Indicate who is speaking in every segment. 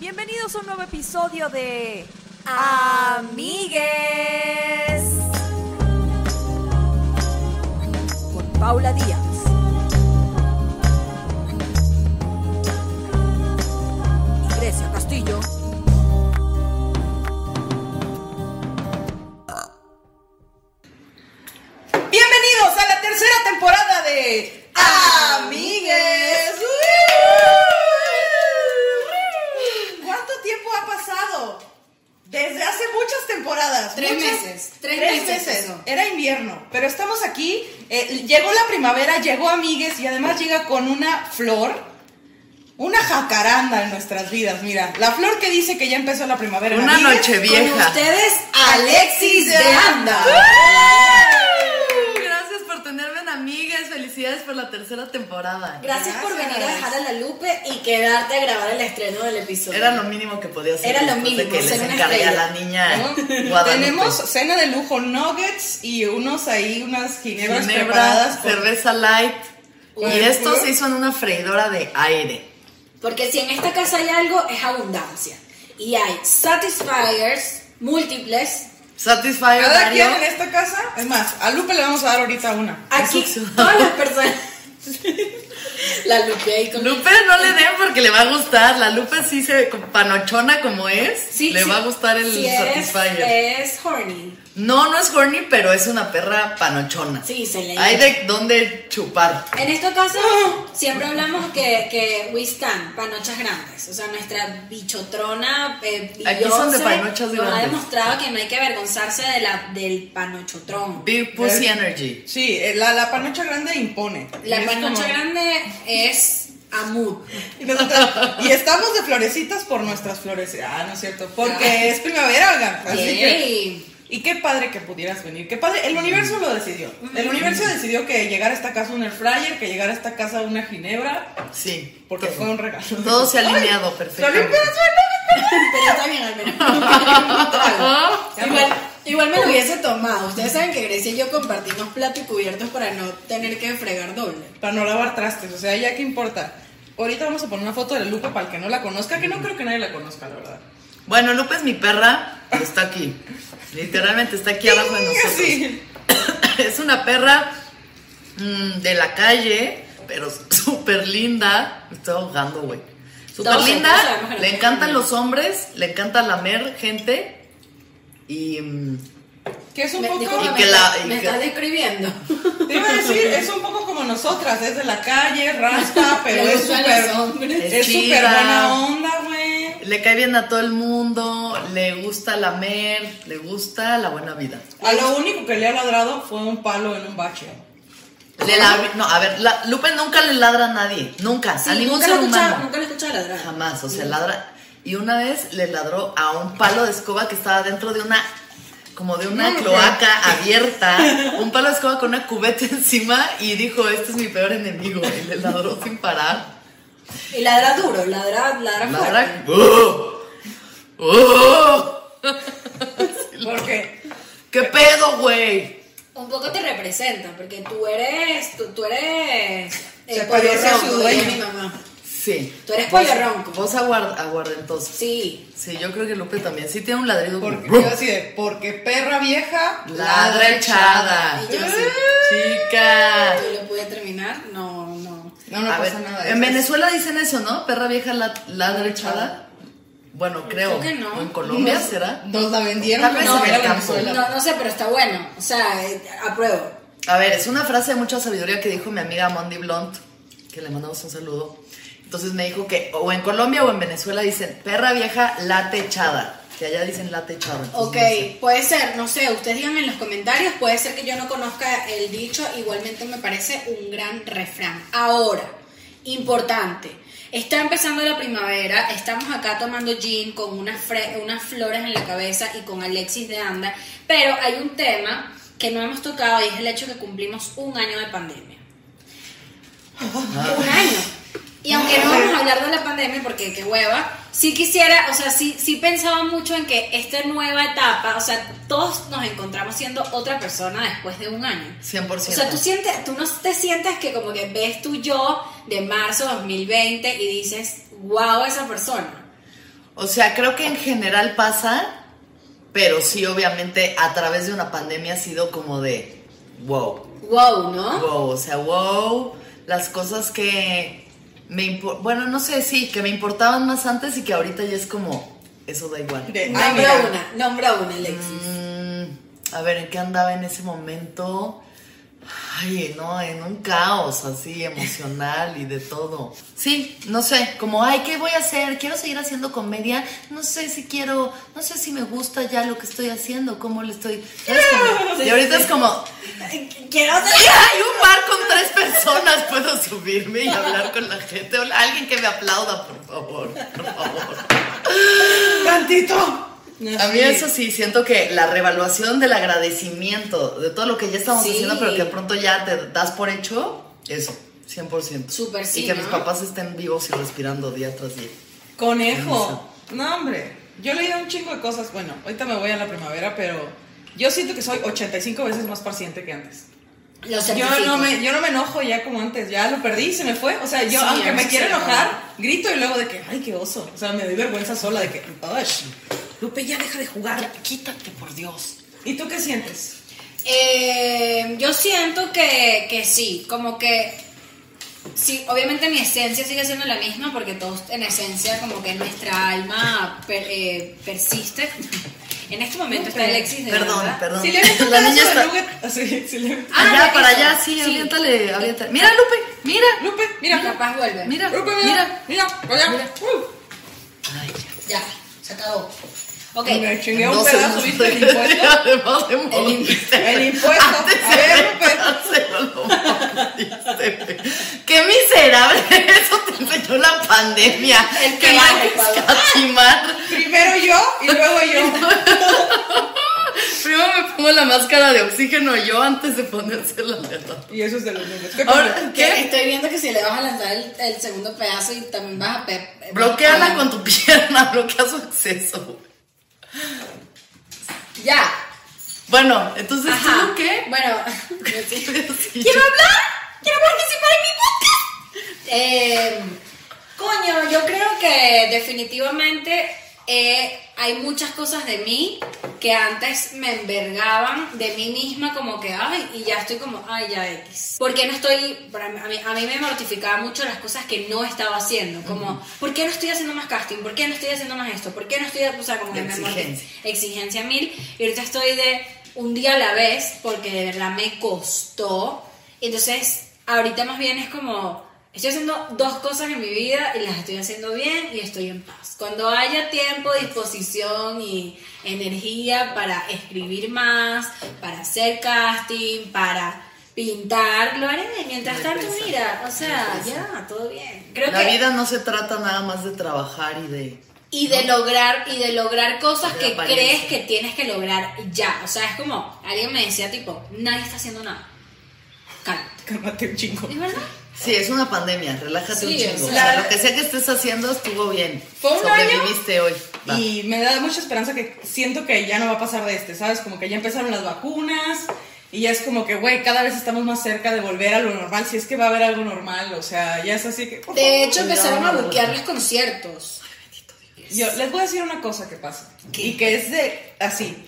Speaker 1: Bienvenidos a un nuevo episodio de Amigues con Paula Díaz. y Grecia Castillo.
Speaker 2: Bienvenidos a la tercera temporada de Amigues. ¿Cuánto tiempo ha pasado? Desde hace muchas temporadas.
Speaker 3: Tres
Speaker 2: muchas-
Speaker 3: meses, tres meses pasó.
Speaker 2: Era invierno, pero estamos aquí. eh, llegó la primavera, llegó Amigues y además llega con una flor. Una jacaranda en nuestras vidas, mira. La flor que dice que ya empezó la primavera. en
Speaker 3: Una
Speaker 2: Amigues,
Speaker 3: noche
Speaker 2: con
Speaker 3: vieja.
Speaker 2: usted, Alexis de Anda.
Speaker 3: Gracias por tenerme en Amigas. Felicidades por la tercera temporada.
Speaker 4: Gracias, por
Speaker 2: Gracias.
Speaker 4: venir a dejar a la Lupe y quedarte a grabar el estreno del episodio.
Speaker 3: Era lo mínimo que podía hacer.
Speaker 4: Era lo
Speaker 3: después de
Speaker 4: mínimo,
Speaker 3: que les
Speaker 4: ser una
Speaker 3: encargué a
Speaker 4: estrella,
Speaker 3: la niña
Speaker 2: ¿no?
Speaker 3: Guadalupe.
Speaker 2: Tenemos cena de lujo, nuggets y unos ahí, unas ginebras preparadas.
Speaker 3: Ginebra,
Speaker 2: con-
Speaker 3: cerveza light.
Speaker 2: Con
Speaker 3: Y esto
Speaker 2: puro-
Speaker 3: se hizo en una freidora de aire.
Speaker 4: Porque si en esta casa hay algo, es abundancia. Y hay satisfiers múltiples.
Speaker 3: Satisfyer
Speaker 2: Cada
Speaker 3: Dario.
Speaker 2: quien en esta casa, es más, a Lupe le vamos a dar ahorita una.
Speaker 4: Aquí
Speaker 3: succionador.
Speaker 4: todas las personas. la Lupe ahí con
Speaker 3: Lupe no le den porque le va a gustar. La Lupe sí se como panochona como es.
Speaker 4: Sí,
Speaker 3: le
Speaker 4: sí.
Speaker 3: va a gustar el
Speaker 4: Sí, es- eh.
Speaker 3: Satisfyer.
Speaker 4: Es, horny.
Speaker 3: No, no es horny, pero es una perra panochona.
Speaker 4: Sí, se le
Speaker 3: Hay de dónde chupar.
Speaker 4: En esta casa
Speaker 3: ¡Oh!
Speaker 4: siempre hablamos que, que we stand para noches grandes. O sea, nuestra bichotrona. eh,
Speaker 3: Aquí son de
Speaker 4: Beyoncé
Speaker 3: panochas
Speaker 4: Nos ha
Speaker 3: grandes.
Speaker 4: demostrado que no hay que avergonzarse de la, del panochotrón.
Speaker 3: Big Pussy
Speaker 2: Eh.
Speaker 3: Energy.
Speaker 2: Sí, eh, la, la panocha grande impone. Y
Speaker 4: La
Speaker 2: es
Speaker 4: panocha
Speaker 2: como-
Speaker 4: grande es amud.
Speaker 2: Y, nosotras- y estamos de florecitas por nuestras flores. Ah, no es cierto. Porque
Speaker 4: Ah.
Speaker 2: es primavera, oigan. Así que-
Speaker 4: Yay.
Speaker 2: Y qué padre que pudieras venir. Qué padre. El universo lo decidió. El
Speaker 4: Mm.
Speaker 2: universo decidió que llegara a esta casa un air fryer, que llegara a esta casa una ginebra.
Speaker 3: Sí.
Speaker 2: Porque
Speaker 3: todo.
Speaker 2: fue un regalo.
Speaker 3: Todo se ha alineado
Speaker 2: Salió un
Speaker 3: perfectamente.
Speaker 2: pedazo de
Speaker 4: Pero está bien, al menos. igual, igual me lo hubiese tomado. Ustedes saben que Grecia y yo compartimos plato y cubiertos para no tener que fregar doble.
Speaker 2: Para no lavar trastes, o sea, ya qué importa. Ahorita vamos a poner una foto de la Lupe para el que no la conozca, que no creo que nadie la conozca, la verdad.
Speaker 3: Bueno, Lupe es mi perra. pero Está aquí. Literalmente está aquí abajo de nosotros.
Speaker 2: Sí.
Speaker 3: Es una perra mm, de la calle, pero súper linda. Me estoy ahogando, güey. Súper
Speaker 4: Todos
Speaker 3: linda.
Speaker 4: sabemos, sabemos que
Speaker 3: Le
Speaker 4: no
Speaker 3: encantan
Speaker 4: tiene
Speaker 3: los hombres, le encanta lamer gente. Y mm,
Speaker 2: Que es un
Speaker 4: Me,
Speaker 2: poco.
Speaker 4: discúlpame,
Speaker 3: Y que la- y
Speaker 4: me
Speaker 3: que-
Speaker 4: estás describiendo.
Speaker 2: Te iba a decir, es un poco como nosotras, es de la calle, raspa, pero
Speaker 4: Le
Speaker 2: es
Speaker 4: gustan
Speaker 2: súper.
Speaker 4: los hombres.
Speaker 2: Es
Speaker 3: Es chida.
Speaker 2: súper buena onda, güey.
Speaker 3: le cae bien a todo el mundo. Le gusta lamer, le gusta la buena vida.
Speaker 2: A lo único que le ha ladrado fue un palo en un bache.
Speaker 3: Le lab- no, a ver, la- Lupe nunca le ladra a nadie, nunca,
Speaker 4: Sí,
Speaker 3: a ningún
Speaker 4: nunca lo he
Speaker 3: ser
Speaker 4: escuchado-
Speaker 3: humano.
Speaker 4: Nunca lo he escuchado ladrar.
Speaker 3: Jamás, o sea, ladra. Y una vez le ladró a un palo de escoba que estaba dentro de una, como de una cloaca abierta, un palo de escoba con una cubeta encima y dijo, este es mi peor enemigo, y le ladró sin parar.
Speaker 4: Y ladra duro, ladra, ladra, fuerte.
Speaker 3: Ladra. ¡Oh! ¡Oh!
Speaker 2: Porque
Speaker 3: ¿Qué pedo, güey?
Speaker 4: Un poco te representa, porque tú eres, tú, tú eres eh,
Speaker 2: Se
Speaker 4: pollo
Speaker 2: parece a su
Speaker 4: ronco, diría
Speaker 2: dueño.
Speaker 4: mi mamá.
Speaker 3: Sí.
Speaker 4: Tú eres pollo ronco.
Speaker 3: Vos aguarda, entonces.
Speaker 4: Sí.
Speaker 3: Sí, yo creo que Lupe también. Sí tiene un ladrido.
Speaker 2: porque
Speaker 3: como-
Speaker 2: yo así de, porque perra vieja
Speaker 3: Ladra echada.
Speaker 4: Y yo así,
Speaker 3: Chica.
Speaker 4: yo lo pude terminar, no, no.
Speaker 2: No, no
Speaker 3: A ver,
Speaker 2: pasa nada.
Speaker 3: en
Speaker 2: es-
Speaker 3: Venezuela dicen eso, ¿no? Perra vieja la- ladra echada. Bueno, creo.
Speaker 4: Creo que no.
Speaker 3: ¿O en Colombia
Speaker 2: nos-
Speaker 3: será?
Speaker 2: Nos la vendieron
Speaker 3: Tal vez
Speaker 2: como
Speaker 3: en
Speaker 2: era
Speaker 3: el campo.
Speaker 2: Venezuela.
Speaker 4: No, no sé, pero está bueno. O sea, eh, apruebo.
Speaker 3: A ver, es una frase de mucha sabiduría que dijo mi amiga Mondi Blunt, que le mandamos un saludo. Entonces me dijo que o en Colombia o en Venezuela dicen perra vieja late echada. Que allá dicen late echada. entonces
Speaker 4: Ok,
Speaker 3: no sé.
Speaker 4: puede ser, no sé, ustedes digan en los comentarios, puede ser que yo no conozca el dicho, igualmente me parece un gran refrán. Ahora, importante, está empezando la primavera, estamos acá tomando gin con unas, fre- unas flores en la cabeza y con Alexis de Anda, pero hay un tema que no hemos tocado y es el hecho que cumplimos un año de pandemia. Un año. Y aunque no vamos a hablar de la pandemia, porque qué hueva, sí quisiera, o sea, sí, sí pensaba mucho en que esta nueva etapa, o sea, todos nos encontramos siendo otra persona después de un año.
Speaker 3: 100%.
Speaker 4: O sea, tú sientes, tú no te sientes que como que ves tu yo de marzo 2020 y dices, wow, esa persona.
Speaker 3: O sea, creo que en general pasa, pero sí, obviamente, a través de una pandemia ha sido como de wow.
Speaker 5: Wow, ¿no?
Speaker 3: Wow, o sea, wow, las cosas que me impor- bueno, no sé, sí, que me importaban más antes y que ahorita ya es como, eso da igual.
Speaker 2: De- Ay,
Speaker 5: Nombra
Speaker 2: mira.
Speaker 5: una, nombra una, Alexis.
Speaker 3: Mm, a ver, ¿en qué andaba en ese momento? Ay, no, en un caos así emocional y de todo. Sí, no sé, como, ay, ¿qué voy a hacer? ¿Quiero seguir haciendo comedia? No sé si quiero, no sé si me gusta ya lo que estoy haciendo, cómo le estoy... ¿sabes? Como- y ahorita es como,
Speaker 5: Quiero hacer-
Speaker 3: hay un bar con tres personas, puedo subirme y hablar con la gente. Hola, alguien que me aplauda, por favor, por favor.
Speaker 2: Tantito.
Speaker 3: A mí eso sí, siento que la revaluación del agradecimiento, de todo lo que ya estamos
Speaker 5: Sí.
Speaker 3: haciendo, pero que pronto ya te das por hecho, eso, 100%.
Speaker 5: Súper sí,
Speaker 3: Y que
Speaker 5: ¿no?
Speaker 3: mis papás estén vivos y respirando día tras día.
Speaker 2: Conejo. No, hombre. Yo leí un chingo de cosas. Bueno, ahorita me voy a la primavera, pero yo siento que soy 85 veces más paciente que antes.
Speaker 5: Lo
Speaker 2: Yo
Speaker 5: certifico.
Speaker 2: no, me, yo no me enojo ya como antes, ya lo perdí, se me fue. O sea, yo,
Speaker 5: Sí,
Speaker 2: aunque
Speaker 5: a
Speaker 2: me
Speaker 5: veces
Speaker 2: quiera
Speaker 5: se enoja.
Speaker 2: enojar, grito y luego de que, ay, qué oso. O sea, me doy vergüenza sola de que, ay, Lupe, ya deja de jugar, quítate, por Dios. ¿Y tú qué sientes?
Speaker 5: Eh, yo siento que, que sí, como que sí, obviamente mi esencia sigue siendo la misma porque todos en esencia como que nuestra alma per- eh, persiste. En este momento está Alexis de
Speaker 3: Perdón,
Speaker 5: verdad.
Speaker 3: perdón.
Speaker 2: Si le ves un
Speaker 3: La
Speaker 2: pedazo
Speaker 3: niña
Speaker 2: de
Speaker 3: está-
Speaker 2: nugget, así, si le
Speaker 5: Ah,
Speaker 3: allá,
Speaker 5: ya,
Speaker 3: para
Speaker 5: eso.
Speaker 3: allá, sí,
Speaker 5: Sí.
Speaker 3: aviéntale, aviéntale. Mira, Lupe, mira.
Speaker 2: Lupe, mira,
Speaker 5: Capaz vuelve.
Speaker 3: Mira.
Speaker 2: Lupe, mira, mira, mira, mira. Uh,
Speaker 3: Ay,
Speaker 5: Ya, se acabó. Ok.
Speaker 2: me chingué un
Speaker 3: no se
Speaker 2: pedazo, ¿viste? El impuesto.
Speaker 3: Además de mordiste.
Speaker 2: El impuesto. A ver, Lupe.
Speaker 3: Se lo mordiste, güey. ¡Qué miserable! Eso te enseñó la pandemia.
Speaker 5: El
Speaker 3: que la
Speaker 5: peaje, Pablo.
Speaker 3: escatimar.
Speaker 2: Primero yo y luego yo.
Speaker 3: Primero me pongo la máscara de oxígeno yo antes de ponerse la verdad.
Speaker 2: Y eso es de los niños. ¿Qué
Speaker 3: Ahora,
Speaker 5: Que
Speaker 3: ¿qué?
Speaker 5: Estoy viendo que si le vas a lanzar el, el segundo pedazo y también vas a... pe-
Speaker 3: Bloqueala con tu pierna, bloquea su acceso. güey.
Speaker 5: Ya.
Speaker 3: Bueno, entonces, ¿tú qué?
Speaker 5: Bueno.
Speaker 3: Sí.
Speaker 5: ¡Quiero hablar! ¡Quiero participar en mi podcast! Eh, coño, yo creo que definitivamente eh, hay muchas cosas de mí que antes me envergaban de mí misma como que, ay, y ya estoy como, ay, ya X. Porque no estoy, para mí- a mí, a mí me mortificaba mucho las cosas que no estaba haciendo, como, ¿por qué no estoy haciendo más casting? ¿Por qué no estoy haciendo más esto? ¿Por qué no estoy, o sea, como
Speaker 3: De
Speaker 5: que me morti-
Speaker 3: exigencia.
Speaker 5: exigencia mil y ahorita estoy de un día a la vez porque de verdad me costó entonces ahorita más bien es como estoy haciendo dos cosas en mi vida y las estoy haciendo bien y estoy en paz cuando haya tiempo disposición y energía para escribir más para hacer casting para pintar lo haré mientras tanto
Speaker 3: Represa.
Speaker 5: mira o sea
Speaker 3: Represa.
Speaker 5: ya todo bien creo
Speaker 3: La
Speaker 5: que
Speaker 3: vida no se trata nada más de trabajar y de...
Speaker 5: y de lograr y de lograr cosas
Speaker 3: De
Speaker 5: que
Speaker 3: apariencia.
Speaker 5: crees que tienes que lograr ya o sea es como alguien me decía tipo nadie está haciendo nada cálmate
Speaker 2: Cálmate un chingo.
Speaker 5: es verdad
Speaker 3: Sí, es una pandemia, relájate un
Speaker 5: Sí,
Speaker 3: chingo.
Speaker 5: o
Speaker 3: O
Speaker 5: sea,
Speaker 3: sea, lo que sea que estés haciendo estuvo bien.
Speaker 2: Fue un año
Speaker 3: Sobreviviste hoy. Va.
Speaker 2: Y me da mucha esperanza que siento que ya no va a pasar de este, ¿sabes? Como que ya empezaron las vacunas y ya es como que, güey, cada vez estamos más cerca de volver a lo normal, si es que va a haber algo normal, o sea, ya es así que... por
Speaker 5: de
Speaker 2: favor.
Speaker 5: hecho empezaron a bloquear los conciertos
Speaker 2: Yo les voy a decir una cosa que pasa y que es de así.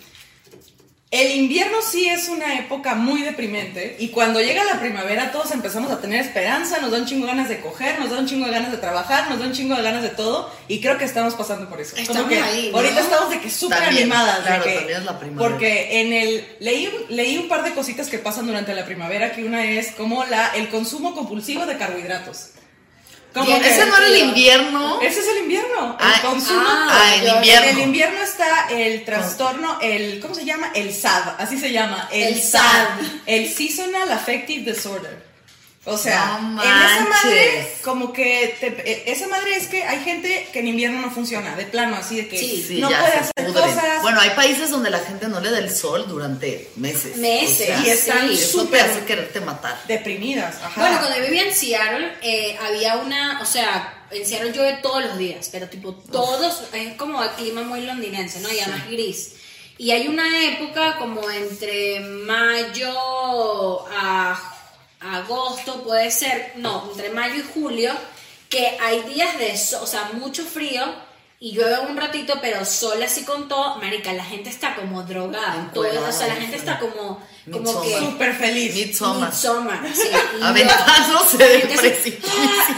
Speaker 2: El invierno sí es una época muy deprimente y cuando llega la primavera todos empezamos a tener esperanza, nos da un chingo de ganas de coger, nos da un chingo de ganas de trabajar, nos da un chingo de ganas de todo y creo que estamos pasando por eso. Como
Speaker 5: Estamos
Speaker 2: que
Speaker 5: ahí, ¿no?
Speaker 2: Ahorita estamos de que súper
Speaker 3: También,
Speaker 2: animadas. de
Speaker 3: claro,
Speaker 2: que-
Speaker 3: también es la primavera.
Speaker 2: Porque en el, leí, un- leí un par de cositas que pasan durante la primavera que una es como la, el consumo compulsivo de carbohidratos. Como
Speaker 3: Bien,
Speaker 2: que-
Speaker 3: ese no era el invierno.
Speaker 2: ese es el invierno.
Speaker 3: Ah,
Speaker 2: el consumo.
Speaker 3: ah, el
Speaker 5: yo-
Speaker 3: invierno.
Speaker 2: En el invierno está el trastorno, el. ¿Cómo se llama? El SAD. Así se llama. El,
Speaker 5: El
Speaker 2: SAD.
Speaker 5: SAD.
Speaker 2: El Seasonal Affective Disorder. O sea,
Speaker 3: No
Speaker 2: en esa madre,
Speaker 3: manches.
Speaker 2: como que. te- eh, esa madre es que hay gente que en invierno no funciona. De plano, así de que.
Speaker 5: Sí,
Speaker 3: Sí,
Speaker 2: no
Speaker 3: ya
Speaker 2: puede
Speaker 3: se
Speaker 2: hacer
Speaker 3: pudren.
Speaker 2: cosas.
Speaker 3: Bueno, hay países donde la gente no le da el sol durante meses.
Speaker 5: Meses,
Speaker 2: y están
Speaker 3: sí, eso te
Speaker 2: súper-
Speaker 3: hace quererte matar.
Speaker 2: deprimidas. Ajá.
Speaker 5: bueno cuando yo vivía en Seattle eh, había una o sea en Seattle llueve todos los días pero tipo todos es como el clima muy londinense no y además gris y hay una época como entre mayo a agosto puede ser, no, entre mayo y julio, que hay días de, so- o sea, mucho frío y llueve un ratito, pero sola así con todo, marica, la gente está como drogada en todo, o sea, la gente está como, como que...
Speaker 3: Midsommar.
Speaker 2: Súper feliz.
Speaker 3: Midsommar.
Speaker 5: Midsommar, sí,
Speaker 3: Aventándose
Speaker 5: loca.
Speaker 3: del
Speaker 5: Entonces,
Speaker 3: precipicio.
Speaker 5: ah,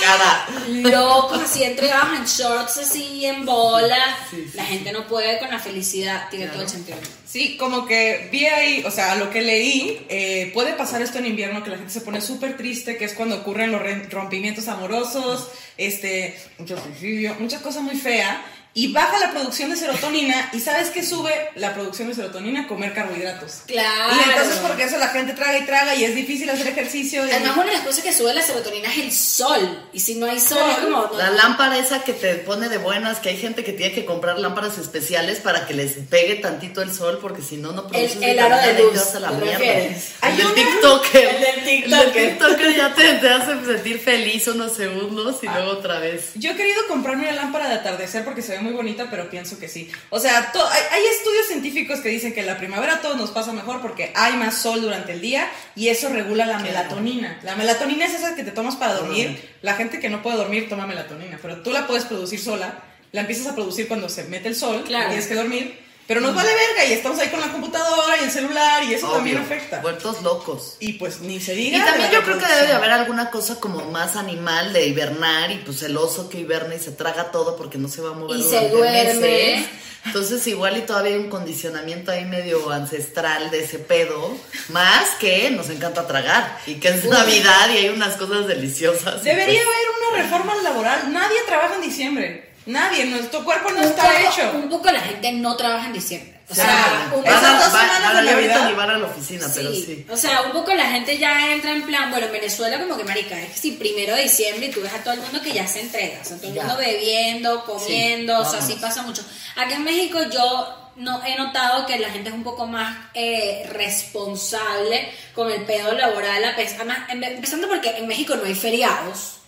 Speaker 3: Cara.
Speaker 5: Locos, así entre abajo, en shorts, así en bola. La gente no puede con la felicidad. Tiene todo 81.
Speaker 2: Sí, como que vi ahí, o sea, a lo que leí, eh, puede pasar esto en invierno, que la gente se pone súper triste, que es cuando ocurren los re- rompimientos amorosos, este, mucho suicidio, muchas cosas muy feas, y baja la producción de serotonina, y ¿sabes qué sube la producción de serotonina? Comer carbohidratos.
Speaker 5: Claro.
Speaker 2: Y entonces por eso la gente traga y traga, y es difícil hacer ejercicio. y-
Speaker 5: Además, una de las cosas que sube la serotonina es el sol. Y si no hay sol, es como.
Speaker 3: La lámpara esa que te pone de buenas, que hay gente que tiene que comprar lámparas especiales para que les pegue tantito el sol, porque si no, no produces
Speaker 5: El- el aro
Speaker 3: vitamina
Speaker 5: de
Speaker 3: D y te
Speaker 5: luz,
Speaker 3: vas a la
Speaker 5: ¿te
Speaker 3: mierda.
Speaker 5: refieres?
Speaker 3: El
Speaker 2: Hay
Speaker 3: del
Speaker 2: una-
Speaker 3: TikToker.
Speaker 5: El del
Speaker 3: El
Speaker 5: TikToker.
Speaker 3: del TikToker ya te, te hace sentir feliz unos segundos y luego otra vez.
Speaker 2: Yo he querido comprarme una lámpara de atardecer porque se ve muy bonita, pero pienso que sí. O sea, to- hay, hay estudios científicos que dicen que en la primavera todo nos pasa mejor porque hay más sol durante el día y eso regula la melatonina. La melatonina es esa que te tomas para dormir. La gente que no puede dormir toma melatonina, pero tú la puedes producir sola. La empiezas a producir cuando se mete el sol, y
Speaker 5: Claro.
Speaker 2: tienes que dormir. Pero nos vale verga y estamos ahí con la computadora y el celular y eso también
Speaker 3: Mm. Obvio,
Speaker 2: afecta.
Speaker 3: Vueltos locos.
Speaker 2: Y pues ni se diga.
Speaker 3: Y
Speaker 2: de
Speaker 3: también
Speaker 2: la
Speaker 3: yo creo que debe de
Speaker 2: reproducción.
Speaker 3: haber alguna cosa como más animal de hibernar y pues el oso que hiberna y se traga todo porque no se va a mover
Speaker 5: Y se
Speaker 3: durante
Speaker 5: duerme.
Speaker 3: meses. Entonces igual y todavía hay un condicionamiento ahí medio ancestral de ese pedo, más que nos encanta tragar y que es Navidad y hay unas cosas deliciosas.
Speaker 2: Debería haber una reforma laboral. Nadie trabaja en diciembre. Nadie. Nuestro cuerpo no
Speaker 5: un
Speaker 2: está
Speaker 5: poco-
Speaker 2: hecho.
Speaker 5: Un poco la gente no trabaja en diciembre. O
Speaker 3: O
Speaker 5: sea,
Speaker 3: sea,
Speaker 5: un-
Speaker 3: Pues, van
Speaker 2: esas
Speaker 3: a,
Speaker 2: dos
Speaker 3: van-
Speaker 2: semanas
Speaker 3: van
Speaker 2: de
Speaker 3: a la ahorita
Speaker 2: Navidad.
Speaker 3: ni van a la oficina, pero
Speaker 5: sí.
Speaker 3: sí.
Speaker 5: O sea, un poco la gente ya entra en plan, bueno, en Venezuela como que marica, es que si primero de diciembre y tú ves a todo el mundo que ya se entrega, o sea, todo el
Speaker 3: Ya.
Speaker 5: mundo bebiendo, comiendo, o sea,
Speaker 3: vamos.
Speaker 5: sí pasa mucho. Aquí en México yo no he notado que la gente es un poco más eh, responsable con el pedo laboral, a pesar- además, em- empezando porque en México no hay feriados.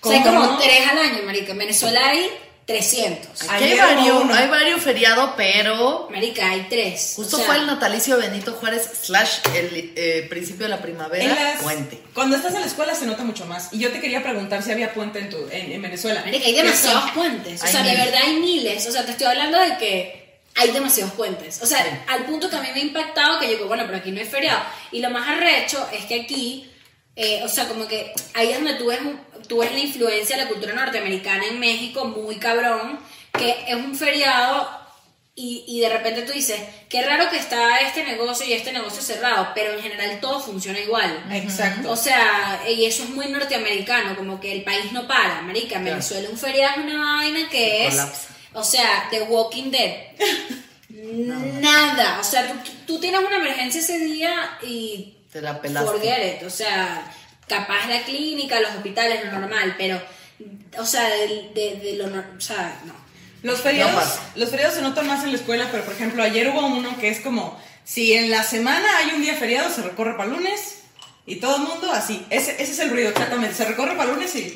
Speaker 5: O sea, hay
Speaker 2: ¿Cómo
Speaker 5: como
Speaker 2: no?
Speaker 5: tres al año, marica. En Venezuela hay 300.
Speaker 3: Aquí hay
Speaker 2: Ayer hubo
Speaker 3: varios,
Speaker 2: uno.
Speaker 3: hay varios feriados, pero
Speaker 5: Marica, hay tres.
Speaker 3: Justo
Speaker 5: O sea,
Speaker 3: fue el natalicio de Benito Juárez slash el eh, principio de la primavera
Speaker 2: En las-
Speaker 3: puente.
Speaker 2: Cuando estás en la escuela se nota mucho más. Y yo te quería preguntar si había puente en, tu, en, en Venezuela.
Speaker 5: Marica, hay demasiados puentes. O
Speaker 3: Hay
Speaker 5: sea, de
Speaker 3: miles.
Speaker 5: verdad hay miles. O sea, te estoy hablando de que hay demasiados puentes. O sea,
Speaker 3: Sí.
Speaker 5: al punto que a mí me ha impactado que yo digo, bueno, pero aquí no hay feriado. Y lo más arrecho es que aquí, eh, o sea, como que ahí es donde tú ves, un- tú ves la influencia de la cultura norteamericana en México, muy cabrón, que es un feriado. Y, y de repente tú dices, qué raro que está este negocio y este negocio cerrado, pero en general todo funciona igual.
Speaker 2: Exacto.
Speaker 5: O sea, y eso es muy norteamericano, como que el país no para, marica. En Venezuela un feriado es una vaina que
Speaker 3: Se
Speaker 5: es,
Speaker 3: colapsa.
Speaker 5: o sea, The Walking Dead. Nada, o sea, tú, tú tienes una emergencia ese día y
Speaker 3: Te la pelaste.
Speaker 5: forget it, o sea, capaz la clínica, los hospitales, lo normal, pero, o sea, de, de- de lo normal, o sea, no.
Speaker 2: Los feriados,
Speaker 3: No pasa.
Speaker 2: los feriados se notan más en la escuela, pero por ejemplo, ayer hubo uno que es como, si en la semana hay un día feriado, se recorre para lunes y todo el mundo así. Ese, ese es el ruido, exactamente. Se recorre para lunes y...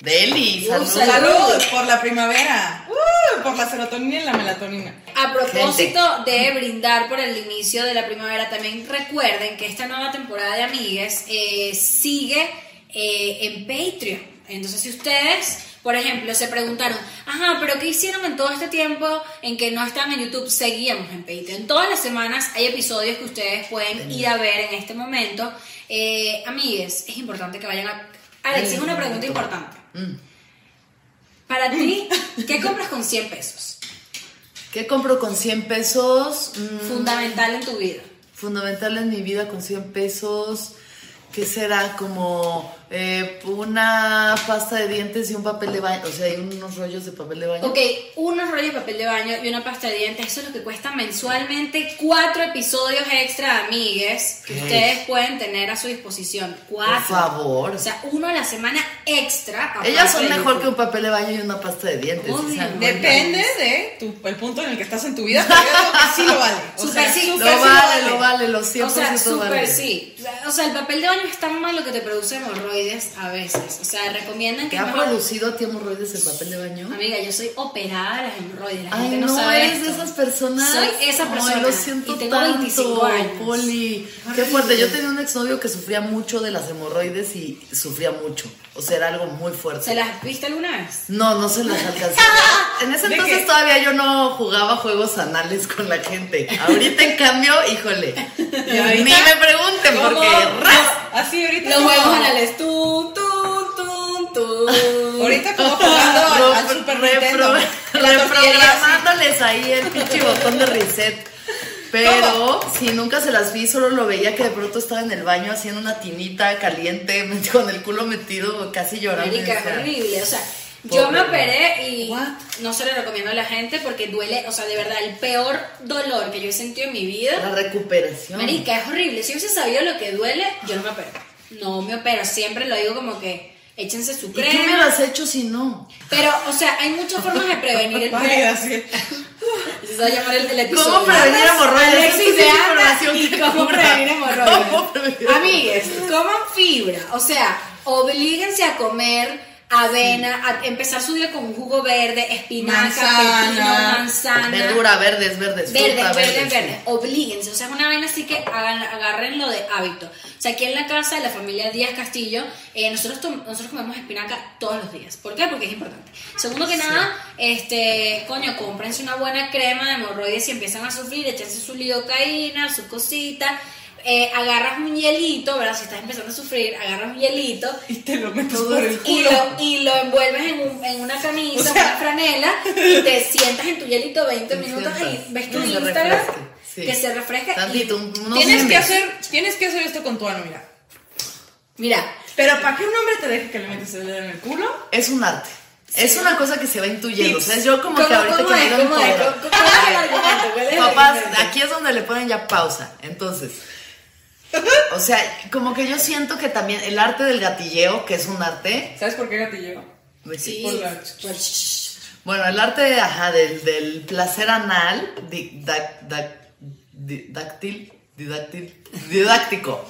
Speaker 3: Deli, salud.
Speaker 5: Uh, salud.
Speaker 2: ¡Salud! Por la primavera. ¡Uh! por la serotonina y la melatonina.
Speaker 5: A propósito de brindar por el inicio de la primavera, también recuerden que esta nueva temporada de Amigues eh, sigue eh, en Patreon. Entonces, si ustedes, por ejemplo, se preguntaron, ajá, pero ¿qué hicieron en todo este tiempo en que no están en YouTube? Seguíamos en Patreon. Todas las semanas hay episodios que ustedes pueden ir a ver en este momento. Eh, amigues, es importante que vayan a... Alex, es una pregunta importante. Para ti, ¿qué compras con 100 pesos?
Speaker 3: ¿Qué compro con 100 pesos? Mm,
Speaker 5: Fundamental en tu vida.
Speaker 3: fundamental en mi vida con 100 pesos. ¿Qué será? Como eh, una pasta de dientes y un papel de baño. O sea, hay unos rollos de papel de baño.
Speaker 5: Ok, unos rollos de papel de baño y una pasta de dientes, eso es lo que cuesta mensualmente cuatro episodios extra de amigues que
Speaker 3: Ok.
Speaker 5: ustedes pueden tener a su disposición. Cuatro.
Speaker 3: Por favor.
Speaker 5: O sea, uno a la semana extra.
Speaker 3: Ellas son mejor que un papel de baño y una pasta de dientes.
Speaker 5: Obvio.
Speaker 3: o sea, no
Speaker 2: Depende de tu, el punto en el que estás en tu vida, pero yo creo que sí lo vale. O
Speaker 5: Súper
Speaker 2: sea,
Speaker 5: sí.
Speaker 2: súper
Speaker 3: Lo
Speaker 2: sí
Speaker 3: vale, lo vale, lo 100%
Speaker 5: O sea, súper
Speaker 3: vale.
Speaker 5: sí. O sea, el papel de baño es tan malo que te produce hemorroides hemorroides a veces. O sea, recomiendan que.
Speaker 3: ¿Te ha
Speaker 5: mejor-
Speaker 3: producido a ti hemorroides el papel de baño?
Speaker 5: Amiga, yo soy operada a las hemorroides. La
Speaker 3: Ay,
Speaker 5: gente no,
Speaker 3: no,
Speaker 5: sabe.
Speaker 3: eres de
Speaker 5: esto.
Speaker 3: esas personas.
Speaker 5: Soy esa
Speaker 3: Ay,
Speaker 5: persona.
Speaker 3: lo siento
Speaker 5: y tengo
Speaker 3: tanto,
Speaker 5: 25 años.
Speaker 3: Poli. Qué fuerte. Yo tenía un exnovio que sufría mucho de las hemorroides y sufría mucho. O sea, era algo muy fuerte.
Speaker 5: ¿Se las viste alguna vez?
Speaker 3: No, no se las alcanzó. En ese
Speaker 2: ¿De
Speaker 3: entonces
Speaker 2: qué?
Speaker 3: todavía yo no jugaba juegos anales con la gente. Ahorita, en cambio, híjole. Ni
Speaker 2: ahorita?
Speaker 3: me pregunten
Speaker 2: ¿Cómo?
Speaker 3: porque ras.
Speaker 2: Así ahorita.
Speaker 5: Los
Speaker 2: como-
Speaker 5: huevos anales. Tum, tum, tum,
Speaker 3: Ah,
Speaker 5: tum.
Speaker 2: Ahorita como jugando al, al
Speaker 3: Repro-
Speaker 2: Super
Speaker 3: repro-
Speaker 2: Nintendo. La tortillería así.
Speaker 3: reprogramándoles ahí el pinche botón de reset. Pero si nunca se las vi, solo lo veía que de pronto estaba en el baño haciendo una tinita caliente, met- con el culo metido, casi llorando.
Speaker 5: Marica,
Speaker 3: O sea,
Speaker 5: es horrible. O sea,
Speaker 3: Pobre.
Speaker 5: yo me operé y
Speaker 3: What?
Speaker 5: no se lo recomiendo a la gente porque duele, o sea, de verdad, el peor dolor que yo he sentido en mi vida.
Speaker 3: La recuperación.
Speaker 5: Marica, es horrible. Si yo hubiese sabido lo que duele, yo no me opero. No me opero. Siempre lo digo como que échense su
Speaker 3: ¿Y qué me
Speaker 5: crema.
Speaker 3: hubieras hecho si no?
Speaker 5: Pero, o sea, hay muchas formas de prevenir el
Speaker 2: Válida,
Speaker 5: pelo.
Speaker 2: así.
Speaker 5: Se va a llamar el, el episodio.
Speaker 3: ¿Cómo prevenir hemorroides?
Speaker 5: Alexis
Speaker 3: Esa
Speaker 5: de
Speaker 3: es la
Speaker 5: Anda
Speaker 3: información
Speaker 5: y
Speaker 3: que
Speaker 5: cómo
Speaker 3: cura.
Speaker 5: prevenir hemorroides.
Speaker 3: ¿Cómo prevenir?
Speaker 5: Amigues, coman fibra. O sea, oblíguense a comer avena, a empezar su día con un jugo verde, espinaca,
Speaker 2: Manzana.
Speaker 5: pepino, manzana.
Speaker 3: Verdura, verdes, verdes.
Speaker 5: Verde,
Speaker 3: fruta,
Speaker 5: verde,
Speaker 3: verdes.
Speaker 5: verde. Oblíguense. O sea, es una vaina así que hagan, agárrenlo de hábito. O sea, aquí en la casa de la familia Díaz Castillo, eh, nosotros, tom- nosotros comemos espinaca todos los días. ¿Por qué? Porque es importante. Segundo que nada, este, coño, cómprense una buena crema de hemorroides si empiezan a sufrir, échense su lidocaína, su cosita. eh, agarras un hielito, ¿verdad? Si estás empezando a sufrir, agarras un hielito
Speaker 2: Y te lo metes por el
Speaker 5: y
Speaker 2: culo.
Speaker 5: lo, y lo envuelves en, un- en una camisa,
Speaker 2: O sea-
Speaker 5: una franela, y te sientas en tu hielito 20
Speaker 3: Te
Speaker 5: minutos
Speaker 3: sientas.
Speaker 5: y ves tu
Speaker 3: Que se
Speaker 5: Instagram
Speaker 3: refresque, sí.
Speaker 5: que se refresca. y-
Speaker 3: Tantito, un- unos
Speaker 2: Tienes que
Speaker 3: memes.
Speaker 2: hacer, tienes que hacer esto con tu ano, mira.
Speaker 5: Mira,
Speaker 2: Pero para que un hombre te deje que le metes el dedo en el culo,
Speaker 3: Es un arte. Es una cosa que se va intuyendo. O sea, yo como
Speaker 5: ¿cómo,
Speaker 3: que ahorita
Speaker 5: cómo
Speaker 3: que me
Speaker 5: es?
Speaker 3: digan
Speaker 5: ¿Cómo es?
Speaker 3: todo.
Speaker 5: ¿Cómo- cómo es el argumento? ¿Cuál es el
Speaker 3: Papás,
Speaker 5: argumento?
Speaker 3: aquí es donde le ponen ya pausa. Entonces. O sea, como que yo siento que también el arte del gatilleo, que es un arte.
Speaker 2: ¿sabes por qué gatillo?
Speaker 3: pues
Speaker 5: Sí,
Speaker 2: por la-
Speaker 5: pues,
Speaker 3: Bueno, el arte ajá, del, del placer anal, di- dac- dac- di- dáctil, didáctil, didáctico.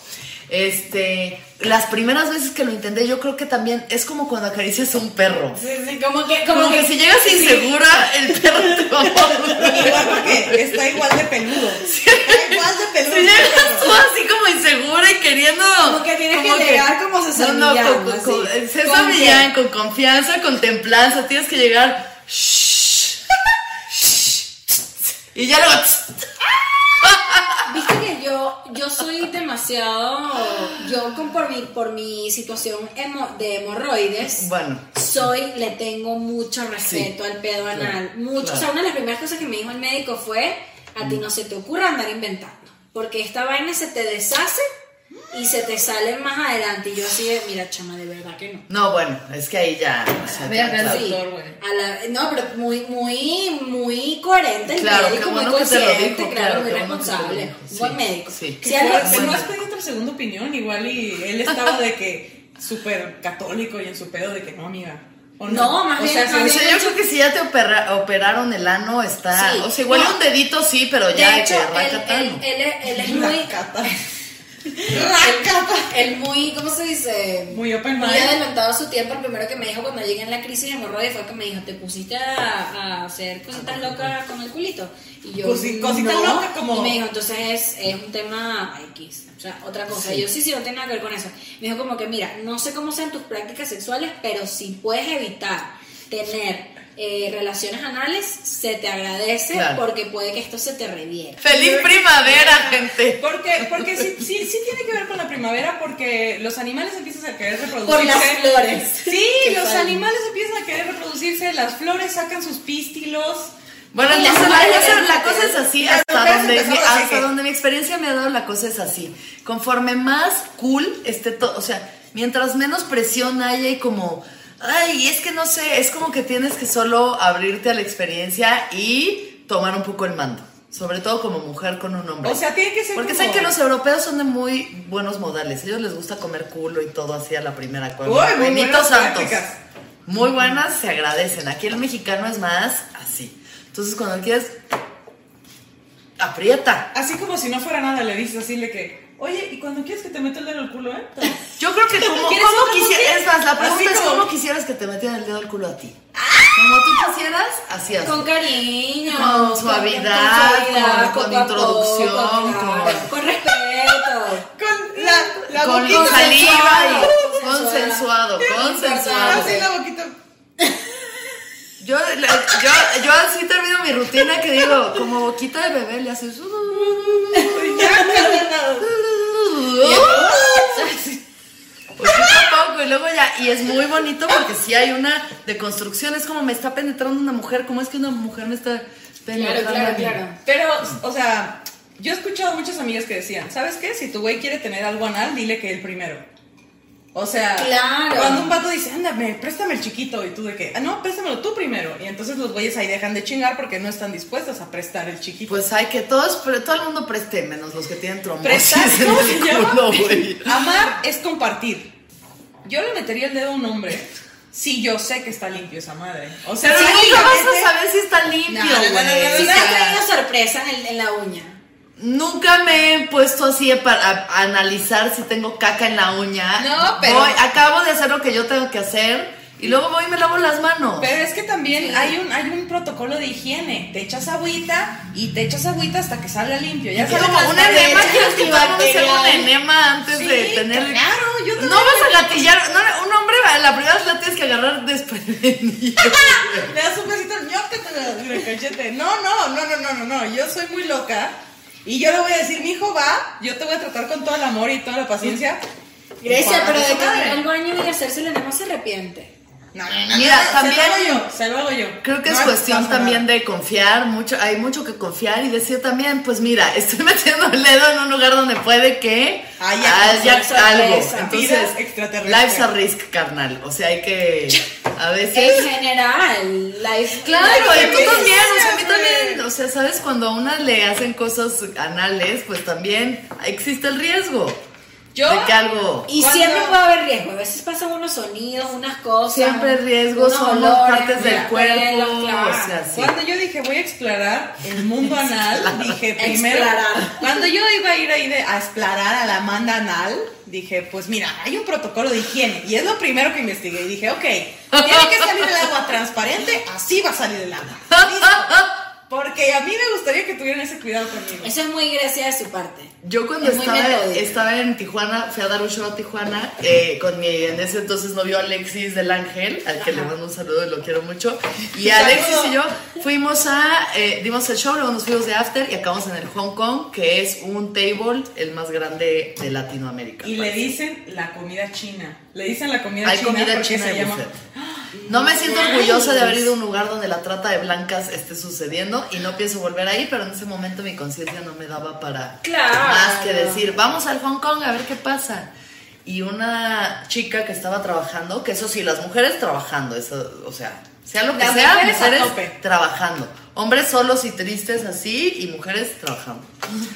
Speaker 3: Este, las primeras veces que lo intenté, yo creo que también es como cuando acaricias a un perro.
Speaker 5: sí, sí, como que, como
Speaker 3: Como que si llegas insegura, el perro te va a morder.
Speaker 2: Igual porque está igual de peludo. Está igual de peludo.
Speaker 3: Si llegas tú así como insegura y queriendo.
Speaker 5: Como que tienes que llegar como César
Speaker 3: No, no,
Speaker 5: Millán,
Speaker 3: con-
Speaker 5: así.
Speaker 3: con- con- César
Speaker 5: ¿Con qué?
Speaker 3: Millán, con confianza, con templanza. Tienes que llegar. shh, shh, Y ya luego. tss.
Speaker 5: Viste que yo, yo soy demasiado, yo con, por, mi, por mi situación hemo- de hemorroides,
Speaker 3: Bueno.
Speaker 5: soy, le tengo mucho respeto al pedo anal. mucho.
Speaker 3: claro. Mm.
Speaker 5: O sea, una de las primeras cosas que me dijo el médico fue, a ti no se te ocurra andar inventando, porque esta vaina se te deshace y se te sale más adelante. Y yo así de, mira, chama, de verdad que no.
Speaker 3: No, bueno, es que ahí ya. o sea,
Speaker 2: Ve acá,
Speaker 3: claro,
Speaker 2: sí. doctor, güey.
Speaker 5: a la- no, pero muy, muy, muy coherente el
Speaker 3: Claro,
Speaker 5: médico,
Speaker 3: qué
Speaker 5: muy
Speaker 3: bueno que te lo
Speaker 5: consciente,
Speaker 3: dijo,
Speaker 5: claro,
Speaker 3: claro,
Speaker 5: muy
Speaker 3: qué bueno que te lo
Speaker 5: responsable,
Speaker 3: dijo,
Speaker 5: un
Speaker 3: sí.
Speaker 5: buen médico.
Speaker 3: Sí.
Speaker 5: Si
Speaker 2: Si
Speaker 5: algo-
Speaker 2: algo-
Speaker 5: si
Speaker 2: si no
Speaker 5: no-
Speaker 2: has pedido otra segunda opinión, igual y él estaba de que súper católico y en su pedo de que no, amiga. ¿O
Speaker 5: No, más
Speaker 2: O
Speaker 5: bien,
Speaker 2: sea,
Speaker 5: más
Speaker 2: si-
Speaker 3: O sea, yo creo que si ya te opera- operaron el ano, está.
Speaker 5: Sí.
Speaker 3: O sea, igual
Speaker 5: No.
Speaker 3: un dedito sí, pero ya
Speaker 5: De hecho,
Speaker 3: que
Speaker 5: él,
Speaker 3: racata,
Speaker 5: él-
Speaker 3: no.
Speaker 5: él es- él es muy...
Speaker 2: Racata.
Speaker 5: el, el muy, ¿cómo se dice?
Speaker 2: Muy open
Speaker 5: Muy
Speaker 2: mind.
Speaker 5: adelantado a su tiempo. El primero que me dijo cuando llegué en la crisis de hemorroides fue que me dijo, te pusiste a, a hacer cositas locas con el culito. Y yo,
Speaker 2: Cosi- cositas
Speaker 5: "No".
Speaker 2: locas como-
Speaker 5: Y me dijo, entonces es, es un tema X, o sea, otra cosa. Y yo, sí, sí, no tiene nada que ver con eso. Me dijo como que, mira, no sé cómo sean tus prácticas sexuales, pero si puedes evitar tener... eh, relaciones anales se te agradece
Speaker 3: Claro.
Speaker 5: porque puede que esto se te reviera.
Speaker 3: ¡Feliz primavera, gente!
Speaker 2: Porque, porque sí, sí, sí tiene que ver con la primavera porque los animales empiezan a querer reproducirse.
Speaker 5: Por las flores.
Speaker 2: Sí,
Speaker 5: Qué
Speaker 2: los
Speaker 5: padre.
Speaker 2: animales empiezan a querer reproducirse, las flores sacan sus pístilos.
Speaker 3: Bueno,
Speaker 5: Oye,
Speaker 3: entonces la,
Speaker 5: madre,
Speaker 3: cosa-
Speaker 5: es
Speaker 3: la
Speaker 5: muy
Speaker 3: cosa es así,
Speaker 2: Las
Speaker 3: hasta,
Speaker 2: mujeres
Speaker 3: donde, mi,
Speaker 2: empezamos así
Speaker 3: hasta
Speaker 2: que-
Speaker 3: donde mi experiencia me ha dado, la cosa es así. Conforme más cool esté todo, o sea, mientras menos presión haya y como, ay, es que no sé, es como que tienes que solo abrirte a la experiencia y tomar un poco el mando. Sobre todo como mujer con un hombre.
Speaker 2: O sea, tiene que ser
Speaker 3: Porque
Speaker 2: como-
Speaker 3: saben que los europeos son de muy buenos modales. Ellos les gusta comer culo y todo así a la primera cuerda.
Speaker 2: Uy, muy
Speaker 3: Benito
Speaker 2: buenas
Speaker 3: Santos.
Speaker 2: prácticas.
Speaker 3: Muy buenas, se agradecen. Aquí el mexicano es más así. Entonces, cuando quieres, aprieta.
Speaker 2: Así como si no fuera nada, le dices así de que. Oye, ¿y cuando quieres que te meta el dedo en el culo, eh?
Speaker 3: Yo creo que como,
Speaker 2: ¿Quieres
Speaker 3: como
Speaker 2: otra
Speaker 3: quisieras,
Speaker 2: cosita?
Speaker 3: es más, la pregunta
Speaker 2: Así
Speaker 3: es
Speaker 2: como- ¡Ah!
Speaker 3: cómo quisieras que te metieran el dedo al culo a ti. Como tú quisieras, así hazlo.
Speaker 5: Con cariño,
Speaker 3: Con suavidad, con- con
Speaker 5: poco a
Speaker 3: introducción,
Speaker 5: poco, claro,
Speaker 3: con-
Speaker 5: con respeto.
Speaker 2: Con la, la
Speaker 3: con
Speaker 2: boquita.
Speaker 3: saliva y
Speaker 5: Consensuado.
Speaker 3: consensuado, consensuado.
Speaker 2: Así la boquita.
Speaker 3: Yo, le- yo, yo así termino mi rutina que digo, como boquita de bebé, le haces. Pues yo tampoco, y luego ya, y es muy bonito porque sí hay una deconstrucción, es como me está penetrando una mujer, ¿cómo es que una mujer me está
Speaker 5: Claro,
Speaker 3: penetrando? a
Speaker 5: claro,
Speaker 3: mí?
Speaker 5: claro.
Speaker 2: Pero, o sea, yo he escuchado muchas amigas que decían, ¿sabes qué? Si tu güey quiere tener algo anal, dile que el primero. O sea,
Speaker 5: Claro.
Speaker 2: cuando un vato dice, ándame, préstame el chiquito, y tú de que, ah, no, préstamelo tú primero. Y entonces los güeyes ahí dejan de chingar porque no están dispuestas a prestar el
Speaker 3: Y
Speaker 2: chiquito.
Speaker 3: pues hay que todos, pre- todo el mundo preste, menos los que tienen trombosis
Speaker 2: Prestar,
Speaker 3: en
Speaker 2: ¿cómo
Speaker 3: el
Speaker 2: se llama?
Speaker 3: culo, güey.
Speaker 2: Amar es compartir. Yo le metería el dedo a un hombre si yo sé que está limpio esa madre. O sea, este,
Speaker 3: Pero
Speaker 2: si
Speaker 3: nunca vas
Speaker 2: obviamente-
Speaker 3: a saber si está limpio,
Speaker 5: No, no, no, no, no,
Speaker 3: güey.
Speaker 5: sí
Speaker 3: O
Speaker 5: te
Speaker 3: sea,
Speaker 5: ha traído sorpresas en, en la uña.
Speaker 3: Nunca me he puesto así para a- a analizar si tengo caca en la uña.
Speaker 5: No, pero-
Speaker 3: Voy- acabo de hacer lo que yo tengo que hacer y luego voy y me lavo las manos.
Speaker 2: Pero es que también hay un, hay un protocolo de higiene. Te echas agüita y te echas agüita hasta que salga limpio. Ya
Speaker 3: Es
Speaker 2: sabes,
Speaker 3: como
Speaker 2: las
Speaker 3: un
Speaker 2: paredes.
Speaker 3: enema, quiero que todo el mundo se haga un
Speaker 5: antibacterial.
Speaker 3: enema antes de
Speaker 2: Sí,
Speaker 3: tener.
Speaker 2: claro, yo también
Speaker 3: No vas a gatillar. no, un hombre, va- la primera vez la tienes que agarrar desprevenido.
Speaker 2: Le das un besito al ñoca, te lo- en el cachete. No, no, no, no, no, no, no. Yo soy muy loca. Y yo le voy a decir, mi hijo va, yo te voy a tratar con todo el amor y toda la paciencia.
Speaker 5: Grecia,
Speaker 2: Para
Speaker 5: pero
Speaker 2: esa
Speaker 5: de
Speaker 2: madre.
Speaker 5: tener al baño y hacerse el enema se arrepiente.
Speaker 2: No, no, no,
Speaker 3: Mira,
Speaker 2: no, no,
Speaker 3: también-
Speaker 2: Se lo hago yo, se lo hago yo.
Speaker 3: Creo que es
Speaker 2: No,
Speaker 3: cuestión
Speaker 2: pasa nada.
Speaker 3: también de confiar, mucho, hay mucho que confiar y decir también, pues mira, estoy metiendo el dedo en un lugar donde puede que
Speaker 2: Haya
Speaker 5: cosas,
Speaker 3: algo.
Speaker 5: sorpresa,
Speaker 3: Entonces,
Speaker 2: vida extraterrestre.
Speaker 3: life's a risk, carnal. O sea, hay que a veces.
Speaker 5: En general, la
Speaker 3: Claro,
Speaker 5: la-
Speaker 3: y tú también, o sea, a mí
Speaker 2: güey.
Speaker 3: también, o sea, sabes, cuando a una le hacen cosas anales, pues también existe el riesgo
Speaker 2: Yo-
Speaker 3: de que algo
Speaker 5: Y
Speaker 2: Cuando-
Speaker 5: siempre puede haber riesgo. A veces pasan unos sonidos, unas cosas.
Speaker 3: Siempre riesgos
Speaker 5: unos
Speaker 3: son las partes del
Speaker 5: unas
Speaker 3: cuerpo,
Speaker 5: pelos, claro.
Speaker 3: o sea, sí.
Speaker 2: Cuando yo dije voy a explorar el mundo anal, dije primero.
Speaker 5: Explorar.
Speaker 2: Cuando yo iba a ir ahí de- a explorar a la Amanda anal, dije, pues mira, hay un protocolo de higiene. Y es lo primero que investigué. Y dije, ok, tiene que salir el agua transparente, así va a salir el agua. Listo. Porque a mí me gustaría que tuvieran ese cuidado conmigo.
Speaker 5: Eso es muy gracia de su parte.
Speaker 3: Yo cuando
Speaker 5: Es muy
Speaker 3: estaba,
Speaker 5: metódico.
Speaker 3: estaba en Tijuana, fui a dar un show a Tijuana eh, con mi, en ese entonces novio Alexis del Ángel, al que le mando un saludo y lo quiero mucho. Y
Speaker 2: Saludo.
Speaker 3: Alexis y yo fuimos a, eh, dimos el show, luego nos fuimos de after y acabamos en el Hong Kong, que es un table el más grande de Latinoamérica.
Speaker 2: Y le
Speaker 3: parece.
Speaker 2: dicen la comida china. Le dicen la comida
Speaker 3: Hay
Speaker 2: china
Speaker 3: comida
Speaker 2: porque
Speaker 3: china
Speaker 2: se
Speaker 3: de
Speaker 2: llama.
Speaker 3: buffet. No me siento orgullosa de haber ido a un lugar donde la trata de blancas esté sucediendo y no pienso volver ahí, pero en ese momento mi conciencia no me daba para
Speaker 5: Claro.
Speaker 3: más que decir, vamos al Hong Kong a ver qué pasa. Y una chica que estaba trabajando, que eso sí, las mujeres trabajando, eso, o sea, sea lo que
Speaker 2: Las
Speaker 3: sea,
Speaker 2: mujeres a
Speaker 3: mujeres
Speaker 2: tope.
Speaker 3: trabajando. Hombres solos y tristes así y mujeres trabajando.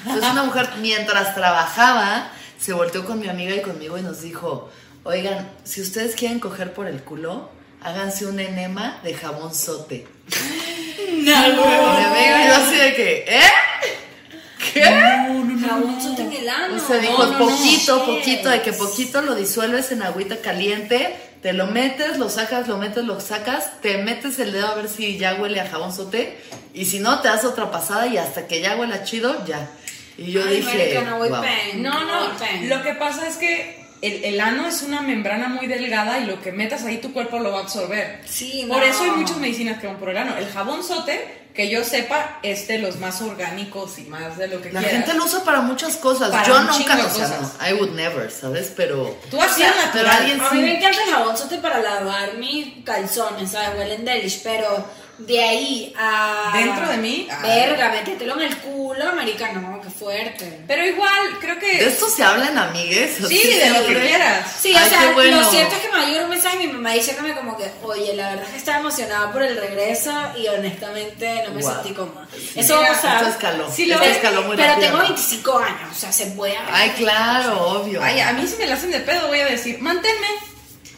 Speaker 3: Entonces una mujer mientras trabajaba se volteó con mi amiga y conmigo y nos dijo, oigan, si ustedes quieren coger por el culo, háganse un enema de jabón sote. Y mi amiga y yo así de que, ¿eh? ¿Qué?
Speaker 5: Jabón sote en el ano.
Speaker 3: O sea, dijo
Speaker 5: No, no, no.
Speaker 3: poquito,
Speaker 5: Shit.
Speaker 3: poquito, de que poquito lo disuelves en agüita caliente, te lo metes, lo sacas, lo metes, lo sacas, te metes el dedo a ver si ya huele a jabón sote, y si no, te das otra pasada y hasta que ya huela chido, ya. Y yo
Speaker 5: Ay,
Speaker 3: dije,
Speaker 5: marica, no voy
Speaker 3: "Guau".
Speaker 5: pen,
Speaker 2: No, no,
Speaker 5: voy pen.
Speaker 2: lo que pasa es que el, el ano es una membrana muy delgada y lo que metas ahí tu cuerpo lo va a absorber.
Speaker 5: Sí,
Speaker 2: Por
Speaker 5: no.
Speaker 2: eso hay muchas medicinas que van por el ano. El jabón sote, que yo sepa, es de los más orgánicos y más de lo que
Speaker 3: la
Speaker 2: quieras.
Speaker 3: gente lo usa para muchas cosas,
Speaker 2: Para
Speaker 3: yo
Speaker 2: un
Speaker 3: nunca,
Speaker 2: chingo
Speaker 3: o
Speaker 2: de
Speaker 3: sea,
Speaker 2: cosas.
Speaker 3: no, I would never, ¿sabes? Pero...
Speaker 2: Tú hacías natural.
Speaker 3: pero alguien
Speaker 5: A
Speaker 3: sí.
Speaker 5: mí me encanta el jabón sote para lavar mis calzones, ¿sabes? Huelen delish, pero de ahí a.
Speaker 2: Dentro de mí, ah.
Speaker 5: Verga, métetelo en el culo, marica, no, qué fuerte.
Speaker 2: Pero igual, creo
Speaker 3: De
Speaker 2: que...
Speaker 3: esto se hablan amigues.
Speaker 2: Sí, de lo que quieras.
Speaker 5: Sí,
Speaker 3: Ay,
Speaker 5: o
Speaker 3: qué
Speaker 5: sea,
Speaker 3: bueno.
Speaker 5: lo cierto es que me llegó un mensaje de mi mamá diciéndome como que, oye, la verdad es que estaba emocionada por el regreso y honestamente no me
Speaker 3: Guau.
Speaker 5: sentí cómoda. Eso va a pasar.
Speaker 3: Esto escaló,
Speaker 2: Sí, lo
Speaker 3: esto
Speaker 2: es,
Speaker 3: escaló muy
Speaker 5: Pero
Speaker 3: rápido.
Speaker 5: tengo 25 años, o sea, se puede hablar.
Speaker 3: Ay, claro, obvio.
Speaker 2: Ay, a mí si me la hacen de pedo voy a decir, manténme.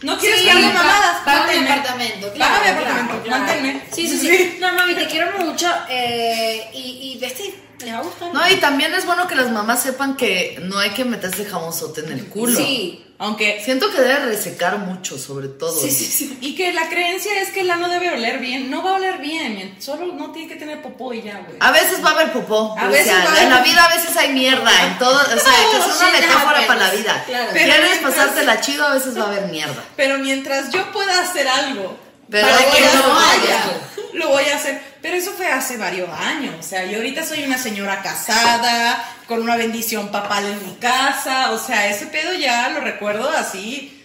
Speaker 2: No
Speaker 5: Sí,
Speaker 2: quiero estar de
Speaker 5: pa-
Speaker 2: mamadas,
Speaker 5: Paga mi
Speaker 2: manténme.
Speaker 5: apartamento, claro.
Speaker 2: Paga mi
Speaker 5: claro,
Speaker 2: apartamento,
Speaker 5: claro.
Speaker 2: manténme.
Speaker 5: Sí, sí, sí. No, mami, te quiero mucho. eh, y, y de este- les va a gustar.
Speaker 3: No, y también es bueno que las mamás sepan que no hay que meterse jamonzote en el culo.
Speaker 5: Sí.
Speaker 2: Aunque.
Speaker 3: Siento que debe resecar mucho, sobre todo.
Speaker 5: Sí, sí, sí.
Speaker 2: Y que la creencia es que el ano debe oler bien. No va a oler bien. Solo no tiene que tener popó y ya, güey.
Speaker 5: Ah.
Speaker 3: A veces va a haber popó.
Speaker 2: A
Speaker 3: o
Speaker 2: veces
Speaker 3: sea,
Speaker 2: va a haber-
Speaker 3: en la vida a veces hay mierda. En todo, o sea, que es una
Speaker 5: shit
Speaker 3: metáfora
Speaker 5: happens.
Speaker 3: para la vida.
Speaker 5: Claro.
Speaker 2: pues, Pero
Speaker 3: Quieres
Speaker 2: mientras-
Speaker 3: pasártela chido, a veces va a haber mierda.
Speaker 2: Pero mientras yo pueda hacer algo
Speaker 3: Pero
Speaker 2: para que
Speaker 3: que
Speaker 2: no
Speaker 3: no
Speaker 2: haya,
Speaker 3: haya.
Speaker 2: lo voy a hacer. Pero eso fue hace varios años. O sea, yo ahorita soy una señora casada, con una bendición papal en mi casa. O sea, ese pedo ya lo recuerdo así.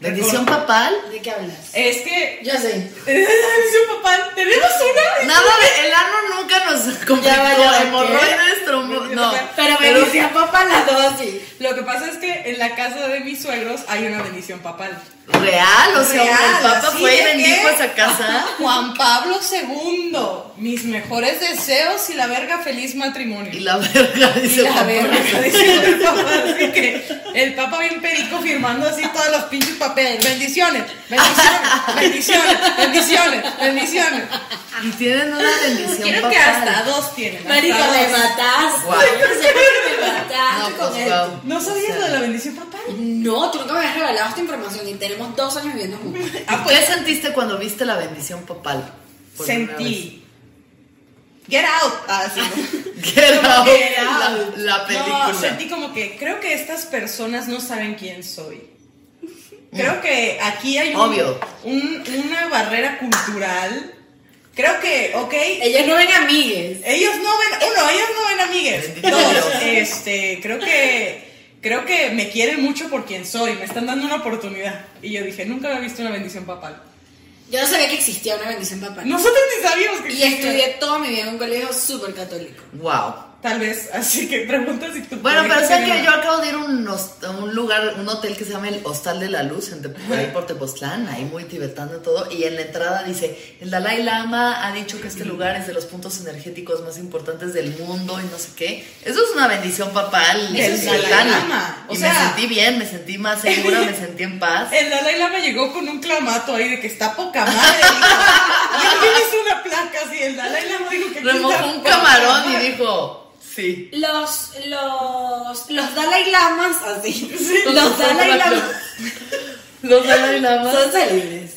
Speaker 3: Bendición
Speaker 2: Recuerdo-
Speaker 3: papal.
Speaker 5: ¿De qué hablas?
Speaker 2: Es que.
Speaker 5: Yo sé.
Speaker 2: bendición papal. ¿Tenemos una?
Speaker 3: Nada, de- el ano nunca nos
Speaker 2: va, ya
Speaker 3: complicó.
Speaker 2: va, ¿qué?
Speaker 3: Hemorroides, trombo.
Speaker 2: Bendición
Speaker 3: No.
Speaker 2: papal.
Speaker 5: Pero me
Speaker 2: Pero-
Speaker 5: decía papá las dos y.
Speaker 2: Lo que pasa es que en la casa de mis suegros hay una bendición papal.
Speaker 3: Real, o sea,
Speaker 2: Real,
Speaker 3: el papá
Speaker 2: así
Speaker 3: fue y
Speaker 2: de
Speaker 3: bendijo
Speaker 2: que-
Speaker 3: esa casa.
Speaker 2: Juan Pablo II. Mis mejores deseos y la verga feliz matrimonio.
Speaker 3: Y la verga,
Speaker 2: Y
Speaker 3: dice
Speaker 2: la
Speaker 3: papá.
Speaker 2: verga, dice el papá, así que el papa bien perico firmando así todos los pinches papeles. Bendiciones, bendiciones, bendiciones, bendiciones, bendiciones.
Speaker 3: Y tienen una bendición
Speaker 2: Quiero
Speaker 3: papal.
Speaker 2: que hasta dos tienen. hasta
Speaker 5: Marica,
Speaker 2: dos.
Speaker 5: me mataste.
Speaker 3: Guau.
Speaker 5: Yo sé que me mataste
Speaker 3: No,
Speaker 5: con
Speaker 3: pues,
Speaker 5: esto.
Speaker 3: wow.
Speaker 2: ¿No sabías lo de la bendición papal?
Speaker 5: No, tú nunca me habías revelado esta información y tenemos dos años viviendo juntos.
Speaker 2: Ah,
Speaker 3: ¿Qué
Speaker 2: pues
Speaker 3: sentiste cuando viste la bendición papal? Por primera
Speaker 2: sentí. Get out. Ah, sí.
Speaker 3: vez. Get
Speaker 2: Como
Speaker 3: out.
Speaker 2: que, ah,
Speaker 3: La, la película.
Speaker 2: No, sentí como que creo que estas personas no saben quién soy. Creo que aquí hay un-
Speaker 3: Mm. Obvio.
Speaker 2: un- una barrera cultural. Creo que, ok,
Speaker 5: Ellos no ven amigues.
Speaker 2: Ellos no ven, uno, ellos no ven amigues.
Speaker 3: Bendito
Speaker 2: Dos,
Speaker 3: Dios.
Speaker 2: este, creo que, creo que me quieren mucho por quien soy, me están dando una oportunidad. Y yo dije, nunca había visto una bendición papal.
Speaker 5: Yo no sabía que existía una bendición papal.
Speaker 2: Nosotros ni sabíamos que
Speaker 5: Y
Speaker 2: existía.
Speaker 5: estudié toda mi vida en un colegio súper católico.
Speaker 3: Wow.
Speaker 2: Tal vez, así que pregunta si tú.
Speaker 3: Bueno, pero
Speaker 2: pudieras
Speaker 3: sé
Speaker 2: tener
Speaker 3: que yo acabo de ir a un, host- a un lugar, un hotel que se llama el Hostal de la Luz, en Tep- ahí por Tepoztlán, ahí muy tibetano y todo, y en la entrada dice, el Dalai Lama ha dicho que este lugar es de los puntos energéticos más importantes del mundo y no sé qué. Eso es una bendición papal
Speaker 2: Del
Speaker 3: es
Speaker 2: Dalai
Speaker 3: tibetana.
Speaker 2: Lama, o
Speaker 3: y me
Speaker 2: sea-
Speaker 3: sentí bien, me sentí más segura, me sentí en paz.
Speaker 2: El Dalai Lama llegó con un clamato ahí de que está poca madre. Y aquí hizo una placa así. El Dalai Lama dijo que aquí está
Speaker 3: Remojó un
Speaker 2: poca
Speaker 3: camarón y
Speaker 2: madre.
Speaker 3: dijo, sí.
Speaker 5: Los, los, los Dalai Lamas, así. los Dalai Lamas
Speaker 3: Los Dalai Lamas.
Speaker 5: son célibes.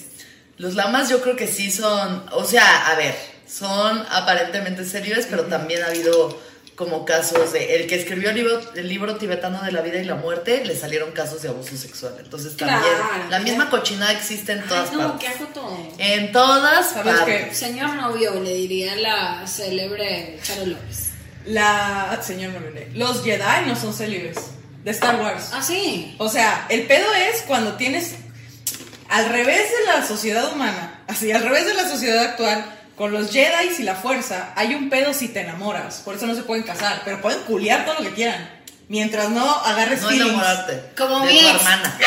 Speaker 3: Los lamas yo creo que sí son, o sea, a ver, son aparentemente serios, pero también ha habido como casos de, el que escribió el libro, el libro tibetano de la vida y la muerte, le salieron casos de abuso sexual. Entonces también
Speaker 5: Claro.
Speaker 3: la misma cochinada existe en todas
Speaker 5: Ay, no,
Speaker 3: partes.
Speaker 5: qué asco todo.
Speaker 3: En todas
Speaker 2: ¿Sabes
Speaker 3: partes.
Speaker 2: qué?
Speaker 5: Señor novio, le diría la célebre Charo López.
Speaker 2: La. ah, Señor, no violé. Los Jedi no son célibes. De Star Wars.
Speaker 5: Ah, sí.
Speaker 2: O sea, el pedo es cuando tienes al revés de la sociedad humana, así al revés de la sociedad actual, con los Jedi y la fuerza, hay un pedo si te enamoras. Por eso no se pueden casar, pero pueden culiar todo lo que quieran. Mientras no agarres
Speaker 3: No
Speaker 2: feelings.
Speaker 3: enamorarte.
Speaker 5: Como
Speaker 3: de
Speaker 5: mi
Speaker 3: tu
Speaker 5: ex.
Speaker 3: hermana.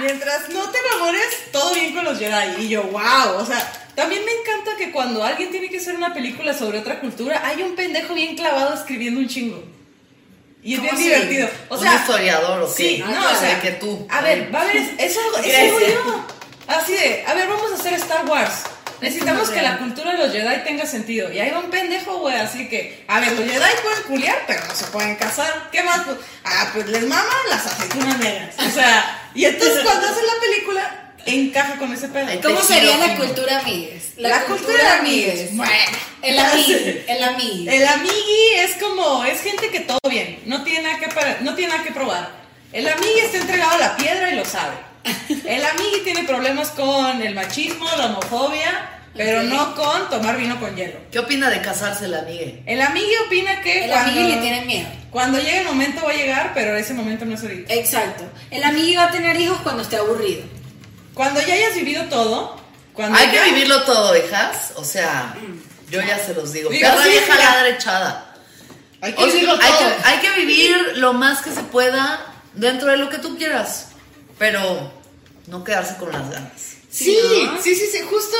Speaker 2: Mientras no te enamores, todo bien con los Jedi. Y yo, wow. O sea, también me encanta que cuando alguien tiene que hacer una película sobre otra cultura, hay un pendejo bien clavado escribiendo un chingo. Y es
Speaker 5: ¿Cómo
Speaker 2: bien
Speaker 5: así?
Speaker 2: divertido. O
Speaker 3: Un
Speaker 2: sea,
Speaker 3: historiador, ¿o qué?
Speaker 2: Sí,
Speaker 3: Ah,
Speaker 2: no,
Speaker 3: claro,
Speaker 2: o sea,
Speaker 3: de que tú.
Speaker 2: A ver, va a haber, es algo, es algo
Speaker 5: Gracias.
Speaker 2: nuevo. Así de, a ver, vamos a hacer Star Wars. Necesitamos que la cultura de los Jedi tenga sentido. Y ahí va un pendejo, güey, así que, a ver, los Jedi pueden culiar, pero no se pueden casar. ¿Qué más? Pues, Ah, pues les maman las aceitunas negras. O sea, y entonces cuando hacen la película, encaja con ese pedo.
Speaker 3: Ay,
Speaker 5: ¿Cómo
Speaker 3: Tejido
Speaker 5: sería la
Speaker 3: fino.
Speaker 5: cultura amigues?
Speaker 2: La cultura de amigues.
Speaker 5: Bueno, El amigue, el amigue.
Speaker 2: El amigui es como, es gente que todo bien, no tiene nada que, para- no tiene nada que probar. El amigui está entregado a la piedra y lo sabe. El amigui tiene problemas con el machismo, la homofobia, pero no con tomar vino con hielo.
Speaker 3: ¿Qué opina de casarse la amiga?
Speaker 2: El amigui opina que
Speaker 5: El
Speaker 2: cuando,
Speaker 5: amigue le tiene miedo.
Speaker 2: cuando llegue el momento va a llegar, pero ese momento no es ahorita.
Speaker 5: Exacto. El amigue va a tener hijos cuando esté aburrido.
Speaker 2: Cuando ya hayas vivido todo, cuando
Speaker 3: Hay que
Speaker 2: ya-
Speaker 3: vivirlo todo, hijas. O sea, yo ya se los digo.
Speaker 2: Digo,
Speaker 3: Perra
Speaker 2: sí,
Speaker 3: vieja
Speaker 2: ya.
Speaker 3: ladra echada.
Speaker 2: hay que
Speaker 3: O sea,
Speaker 2: vivirlo
Speaker 3: hay,
Speaker 2: todo.
Speaker 3: que, hay que vivir lo más que se pueda dentro de lo que tú quieras, pero no quedarse con las ganas.
Speaker 2: Sí,
Speaker 5: ¿no?
Speaker 2: sí, sí, sí, justo,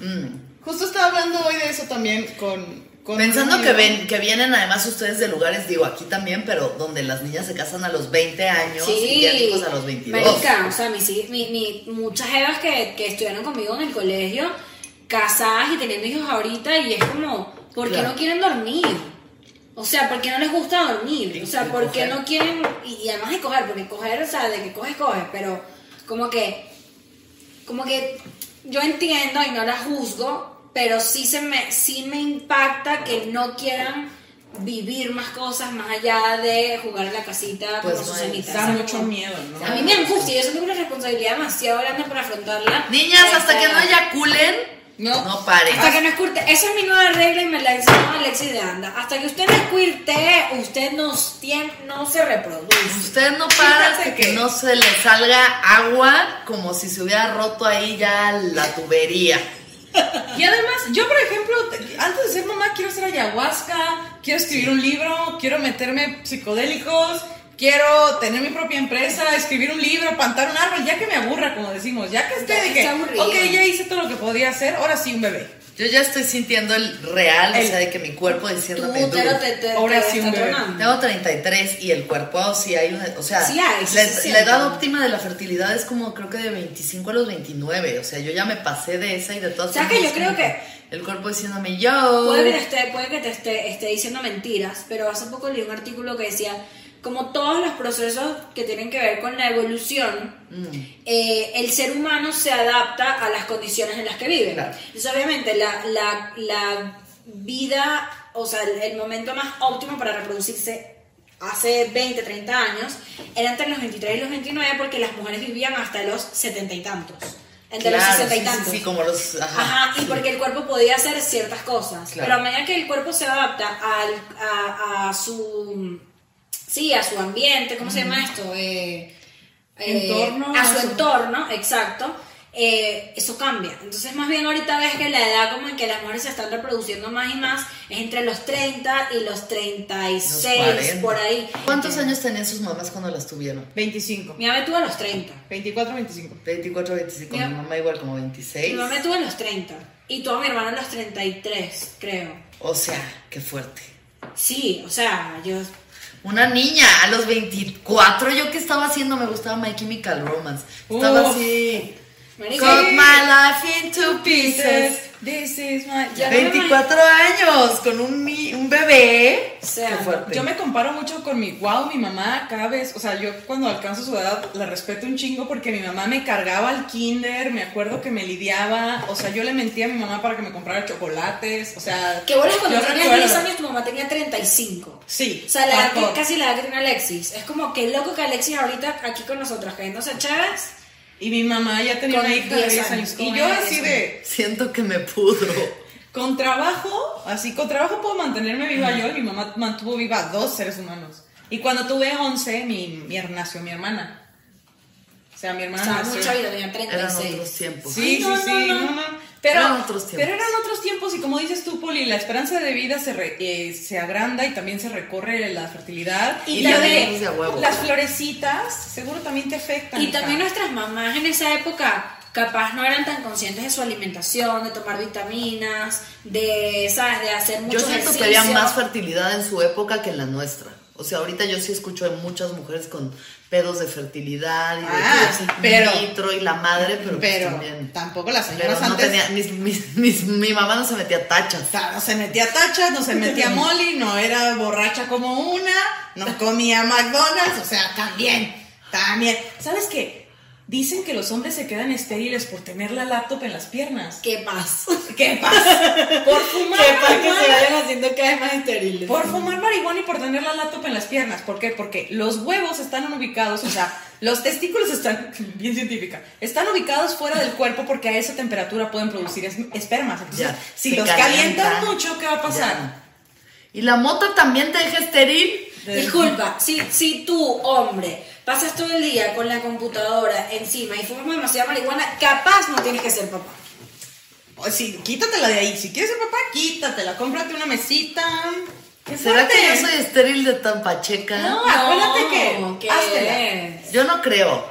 Speaker 3: Mm.
Speaker 2: justo estaba hablando hoy de eso también con... con
Speaker 3: Pensando
Speaker 2: un
Speaker 3: que,
Speaker 2: amigo.
Speaker 3: ven, que vienen además ustedes de lugares, digo aquí también, pero donde las niñas se casan a los 20 años y tienen hijos a los 22.
Speaker 5: Marica, o sea, mis, hij- mi, mi- muchas jevas que, que estudiaron conmigo en el colegio, casadas y teniendo hijos ahorita, y es como, porque
Speaker 3: Claro.
Speaker 5: no quieren dormir. O sea, porque no les gusta dormir. O sea,
Speaker 3: Y
Speaker 5: porque
Speaker 3: coger.
Speaker 5: no quieren. Y, y además de coger, porque coger, o sea, de que coge, coge. Pero como que. Como que yo entiendo y no la juzgo, pero sí, se me, sí me impacta que no quieran vivir más cosas más allá de jugar en la casita
Speaker 3: Pues
Speaker 5: con
Speaker 3: no,
Speaker 5: sus amiguitas.
Speaker 2: Da
Speaker 5: O sea,
Speaker 2: mucho
Speaker 5: como-
Speaker 2: miedo, ¿no?
Speaker 5: a mí me angustia, yo siento que es una responsabilidad demasiado grande para afrontarla.
Speaker 3: Niñas, hasta que no
Speaker 5: haya
Speaker 3: eyaculen,
Speaker 2: No.
Speaker 3: no paren.
Speaker 5: Hasta que no escurte. Esa es mi nueva regla y me la enseñó Alexis de Anda. Hasta que usted no escurte, usted no, tien- no se reproduce.
Speaker 3: Usted no para
Speaker 2: Fíjate
Speaker 3: hasta que
Speaker 2: que-
Speaker 3: no se le salga agua como si se hubiera roto ahí ya la tubería.
Speaker 2: Y además, yo por ejemplo, te- antes de ser mamá quiero hacer ayahuasca, quiero escribir un libro, quiero meterme psicodélicos, quiero tener mi propia empresa, escribir un libro, plantar un árbol, ya que me aburra, como decimos, ya que esté
Speaker 5: Ya
Speaker 2: de
Speaker 5: que
Speaker 2: que,
Speaker 5: está aburrido.
Speaker 2: ok, ya hice todo lo que podía hacer, ahora sí un bebé.
Speaker 3: Yo ya estoy sintiendo el real,
Speaker 2: El-
Speaker 3: o sea, de que mi cuerpo
Speaker 5: Tu
Speaker 3: diciéndome,
Speaker 5: útero
Speaker 3: "Dude,
Speaker 5: te, te,
Speaker 2: Ahora
Speaker 5: te
Speaker 2: sí,
Speaker 5: está
Speaker 2: un bebé.
Speaker 5: tronando.
Speaker 3: tengo 33 y el cuerpo sí hay una, o sea,
Speaker 5: Sí hay, sí
Speaker 3: la,
Speaker 5: se
Speaker 3: la
Speaker 5: siente.
Speaker 3: edad óptima de la fertilidad es como creo que de 25 a los 29, o sea, yo ya me pasé de esa y de todas
Speaker 5: O sea, que
Speaker 3: formas,
Speaker 5: yo creo
Speaker 3: como
Speaker 5: que-
Speaker 3: el cuerpo diciéndome, yo
Speaker 5: Puede que te esté, puede que te esté, esté diciendo mentiras, pero hace poco leí un artículo que decía, como todos los procesos que tienen que ver con la evolución,
Speaker 3: mm,
Speaker 5: eh, el ser humano se adapta a las condiciones en las que vive.
Speaker 3: Claro.
Speaker 5: Entonces, obviamente, la, la- la vida, o sea, el, el momento más óptimo para reproducirse hace 20, 30 años, era entre los 23 y los 29, porque las mujeres vivían hasta los 70 y tantos. Entre
Speaker 3: claro,
Speaker 5: los 60 y
Speaker 3: sí, sí,
Speaker 5: tantos.
Speaker 3: sí, como los, ajá,
Speaker 5: Ajá, y
Speaker 3: Ah, sí.
Speaker 5: porque el cuerpo podía hacer ciertas cosas.
Speaker 3: Claro.
Speaker 5: Pero a medida que el cuerpo se adapta al, a, a su. Sí, a su ambiente, ¿cómo se llama esto? Eh, eh,
Speaker 2: Entorno,
Speaker 5: A su
Speaker 2: a su-
Speaker 5: entorno, exacto. eh, eso cambia. Entonces, más bien ahorita ves que la edad como en que las mujeres se están reproduciendo más y más es entre los 30 y los 36,
Speaker 3: Los 40.
Speaker 5: por ahí.
Speaker 3: ¿Cuántos años tenían sus mamás cuando las tuvieron?
Speaker 2: 25,
Speaker 5: Mi mamá me tuvo a los 30.
Speaker 2: 24, 25.
Speaker 3: 24, 25,
Speaker 5: Mira.
Speaker 3: mi mamá igual como
Speaker 5: Mi
Speaker 3: 26.
Speaker 5: mamá me tuvo a los 30. Y tuvo a mi hermana a los 33, creo.
Speaker 3: O sea, qué fuerte.
Speaker 5: Sí, o sea, yo
Speaker 3: Una niña, a los 24, yo qué estaba haciendo, me gustaba My Chemical Romance. Estaba
Speaker 2: Uf.
Speaker 3: así.
Speaker 5: Marica,
Speaker 3: Cut my life into
Speaker 2: Dices,
Speaker 3: pieces.
Speaker 2: this is my...
Speaker 5: Ya no me
Speaker 3: 24 años con un, ni- un bebé.
Speaker 5: O sea,
Speaker 3: qué fuerte.
Speaker 2: Yo me comparo mucho con mi wow, mi mamá cada vez, o sea, yo cuando alcanzo su edad la respeto un chingo porque mi mamá me cargaba al kinder, me acuerdo que me lidiaba, o sea, yo le mentía a mi mamá para que me comprara chocolates, o sea,
Speaker 5: que bolas cuando
Speaker 2: yo
Speaker 5: tenías
Speaker 2: recuerdo.
Speaker 5: 10 años, tu mamá tenía 35.
Speaker 2: Sí,
Speaker 5: O sea, la edad
Speaker 2: hardcore.
Speaker 5: que- casi la edad que tiene Alexis. Es como que loco que Alexis ahorita aquí con nosotras, cayéndose chavas.
Speaker 2: Y mi mamá ya tenía
Speaker 5: Con
Speaker 2: una hija de
Speaker 5: 10
Speaker 2: 10
Speaker 5: años,
Speaker 2: años.
Speaker 5: con
Speaker 2: Y yo
Speaker 5: ella de
Speaker 2: así
Speaker 5: 10
Speaker 2: de,
Speaker 3: Siento que me pudro.
Speaker 2: con trabajo, así con trabajo puedo mantenerme viva yo y mi mamá mantuvo viva a dos seres humanos. Y cuando tuve 11, mi, mi, nació mi hermana. O sea, mi hermana
Speaker 5: Estaba
Speaker 2: nació-
Speaker 5: muy chavita, tenía
Speaker 3: Ah, Eran otros
Speaker 5: 36.
Speaker 3: tiempos.
Speaker 2: Sí,
Speaker 5: Ay, no,
Speaker 2: sí,
Speaker 5: no,
Speaker 2: sí.
Speaker 5: no.
Speaker 2: no, no. Pero,
Speaker 3: Eran otros tiempos.
Speaker 2: pero eran otros tiempos y como dices tú, Poli, la esperanza de vida se, re- eh, se agranda y también se recorre la fertilidad.
Speaker 5: Y
Speaker 2: la
Speaker 5: también-
Speaker 2: de-
Speaker 3: de a huevo.
Speaker 2: las florecitas seguro también te afectan.
Speaker 5: Y
Speaker 2: hija.
Speaker 5: también nuestras mamás en esa época capaz no eran tan conscientes de su alimentación, de tomar vitaminas, de, ¿sabes? De hacer
Speaker 3: Yo
Speaker 5: mucho
Speaker 3: siento que
Speaker 5: ejercicio.
Speaker 3: había más fertilidad en su época que en la nuestra. O sea, ahorita yo sí escucho de muchas mujeres con pedos de fertilidad y de
Speaker 2: Ah, sí, pero-
Speaker 3: nitro y la madre, pero,
Speaker 2: Pero,
Speaker 3: pues también.
Speaker 2: tampoco las
Speaker 3: Pero
Speaker 2: señoras
Speaker 3: no
Speaker 2: antes...
Speaker 3: tenía- mis- mis- mis- mi mamá no se metía tachas.
Speaker 2: o sea, no se metía tachas, no se metía molly, no era borracha como una, no comía McDonald's, o sea, también, también. ¿Sabes qué? Dicen que los hombres se quedan estériles por tener la laptop en las piernas.
Speaker 5: ¿Qué paz?
Speaker 2: ¿Qué pasa? Por fumar marihuana.
Speaker 5: haciendo cada vez más estériles.
Speaker 2: Por fumar marihuana y por tener la laptop en las piernas. ¿Por qué? Porque los huevos están ubicados, o sea, los testículos están, bien científica, están ubicados fuera del cuerpo porque a esa temperatura pueden producir es- espermas. Entonces,
Speaker 3: Ya,
Speaker 2: si
Speaker 3: se
Speaker 2: los
Speaker 3: calientan.
Speaker 2: calientan mucho, ¿qué va a pasar?
Speaker 3: Ya. Y la mota también te deja estéril.
Speaker 2: De-
Speaker 5: Disculpa, si, si tú, hombre, pasas todo el día con la computadora encima y fumas demasiada marihuana, capaz no tienes que ser papá.
Speaker 2: O Pues sí, quítatela de ahí. Si quieres ser papá, quítatela. Cómprate una mesita. ¿Qué
Speaker 3: ¿Será que
Speaker 2: fuerte.
Speaker 3: yo soy estéril de tan pacheca?
Speaker 2: No, acuérdate que.
Speaker 5: ¿qué?
Speaker 2: háztela.
Speaker 3: Yo no creo.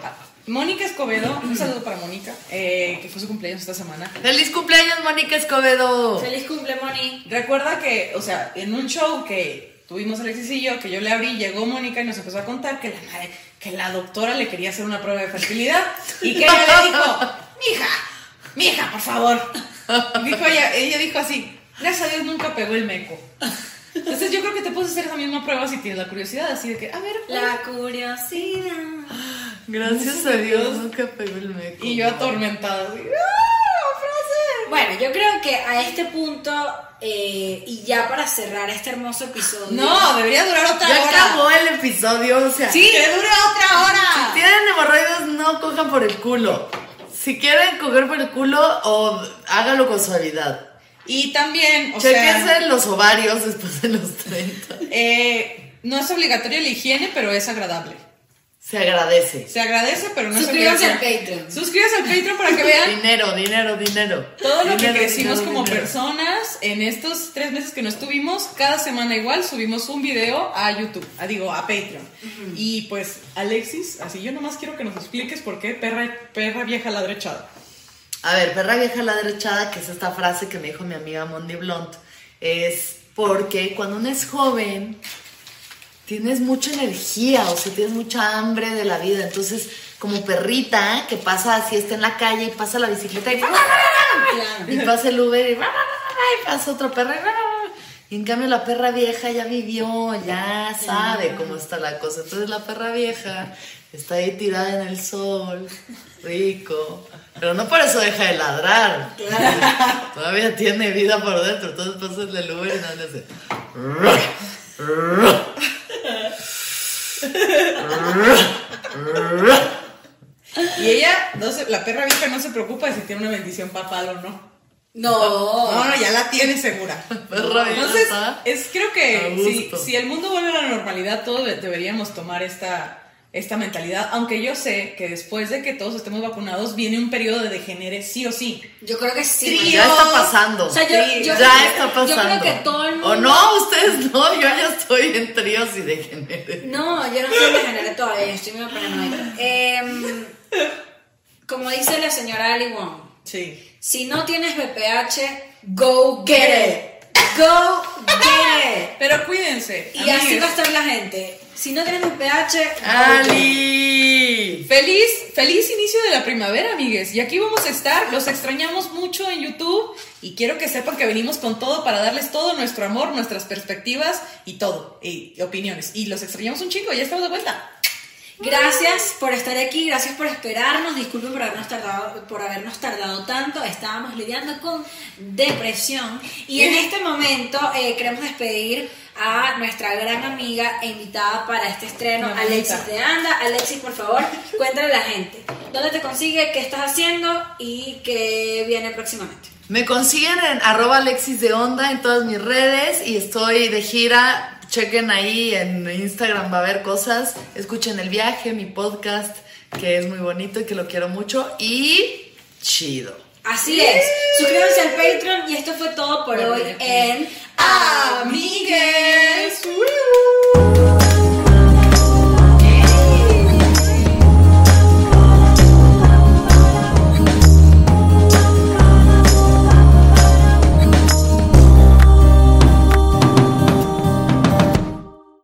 Speaker 2: Mónica Escobedo, un saludo para Mónica, eh, que fue su cumpleaños esta semana.
Speaker 3: ¡Feliz cumpleaños, Mónica Escobedo!
Speaker 5: Feliz cumple, Moni.
Speaker 2: Recuerda que, o sea, en un show que tuvimos Alexis y yo, que yo le abrí, llegó Mónica y nos empezó a contar que la madre, que la doctora le quería hacer una prueba de fertilidad y que ella le dijo, mija, mija, por favor. Dijo ella, ella dijo así, Gracias a Dios nunca pegó el meco. Entonces yo creo que te puedes hacer esa misma prueba si tienes la curiosidad, así de que, a ver,
Speaker 5: La curiosidad.
Speaker 3: Gracias a Dios nunca pegó el meco.
Speaker 2: Y yo atormentada, así, ¡ah, frase!
Speaker 5: Bueno, yo creo que a este punto, eh, y ya para cerrar este hermoso episodio.
Speaker 2: No, debería durar otra
Speaker 3: Ya
Speaker 2: hora.
Speaker 3: acabó el episodio, o sea.
Speaker 2: Sí, que dure otra hora.
Speaker 3: tienen hemorroides, no cojan por el culo. Si quieren coger por el culo, o hágalo con suavidad.
Speaker 2: Y también, o
Speaker 3: Chequense
Speaker 2: sea,
Speaker 3: los ovarios después de los 30.
Speaker 2: eh, no es obligatoria la higiene, pero es agradable.
Speaker 3: Se agradece.
Speaker 2: Se agradece, pero no
Speaker 5: Suscríbanse
Speaker 2: es
Speaker 5: al
Speaker 2: obligatorio.
Speaker 5: Patreon.
Speaker 2: Suscríbanse al Patreon para que vean
Speaker 3: Dinero, dinero, dinero.
Speaker 2: todo lo que
Speaker 3: Dinero,
Speaker 2: crecimos
Speaker 3: dinero,
Speaker 2: como
Speaker 3: dinero.
Speaker 2: personas en estos tres meses que no estuvimos. Cada semana igual subimos un video a YouTube, a, digo, a Patreon. Y pues, Alexis, así yo nomás quiero que nos expliques por qué perra, perra vieja ladrechada.
Speaker 3: A ver, perra vieja la derechada, que es esta frase que me dijo mi amiga Mondi Blunt, es porque cuando uno es joven tienes mucha energía, o sea, tienes mucha hambre de la vida. Entonces, como perrita que pasa así, está en la calle y pasa la bicicleta y, y pasa el Uber y, y pasa otro perro y, y en cambio la perra vieja ya vivió, ya sabe cómo está la cosa. Entonces la perra vieja está ahí tirada en el sol, rico. Pero no por eso deja de ladrar. Todavía tiene vida por dentro. Entonces pasa el Uber y nada más le hace.
Speaker 2: Y ella, no se- la perra vieja no se preocupa de si tiene una bendición papal o no.
Speaker 5: No.
Speaker 2: No, no, ya la tiene segura.
Speaker 3: Perra
Speaker 2: Entonces,
Speaker 3: vieja.
Speaker 2: es, creo
Speaker 3: A
Speaker 2: que si,
Speaker 3: gusto.
Speaker 2: si el mundo vuelve a la normalidad, todos de- deberíamos tomar esta, esta mentalidad. Aunque yo sé que después de que todos estemos vacunados, viene un periodo de degenere sí o sí.
Speaker 5: Yo creo que sí.
Speaker 2: Trío.
Speaker 3: Ya está pasando.
Speaker 5: O sea, yo-
Speaker 3: Sí,
Speaker 5: yo-
Speaker 3: ya está
Speaker 5: yo creo
Speaker 3: pasando.
Speaker 5: que todo el
Speaker 3: O
Speaker 5: mundo-
Speaker 3: no, ustedes no, yo ya estoy en tríos y de género.
Speaker 5: No, yo no soy degenerada todavía, yo estoy medio paranoica. Em, como dice la señora Ali Wong,
Speaker 2: Sí.
Speaker 5: si no tienes BPH, go get it. Go get
Speaker 2: Pero cuídense.
Speaker 5: it. Y así
Speaker 2: amigues.
Speaker 5: va a estar la gente. Si no tienes BPH, go get it.
Speaker 3: ¡Ali!
Speaker 2: Feliz, feliz inicio de la primavera, amigues. Y aquí vamos a estar. Los extrañamos mucho en YouTube. Y quiero que sepan que venimos con todo para darles todo nuestro amor, nuestras perspectivas y todo. Y opiniones. Y los extrañamos un chingo. Ya estamos de vuelta.
Speaker 5: Gracias por estar aquí, gracias por esperarnos. Disculpen por habernos tardado, por habernos tardado tanto. Estábamos lidiando con depresión. Y en este momento eh, queremos despedir a nuestra gran amiga e invitada para este estreno,
Speaker 2: Mi amiguita.
Speaker 5: Alexis de Anda. Alexis, por favor, cuéntale a la gente dónde te consigue, qué estás haciendo y qué viene próximamente.
Speaker 3: Me consiguen en arroba Alexis de Onda en todas mis redes y estoy de gira. Chequen ahí en Instagram, va a haber cosas. Escuchen el viaje, mi podcast, que es muy bonito y que lo quiero mucho. Y chido.
Speaker 5: Así es. Suscríbanse al Patreon y esto fue todo por hoy en Amigues.
Speaker 2: Amigues.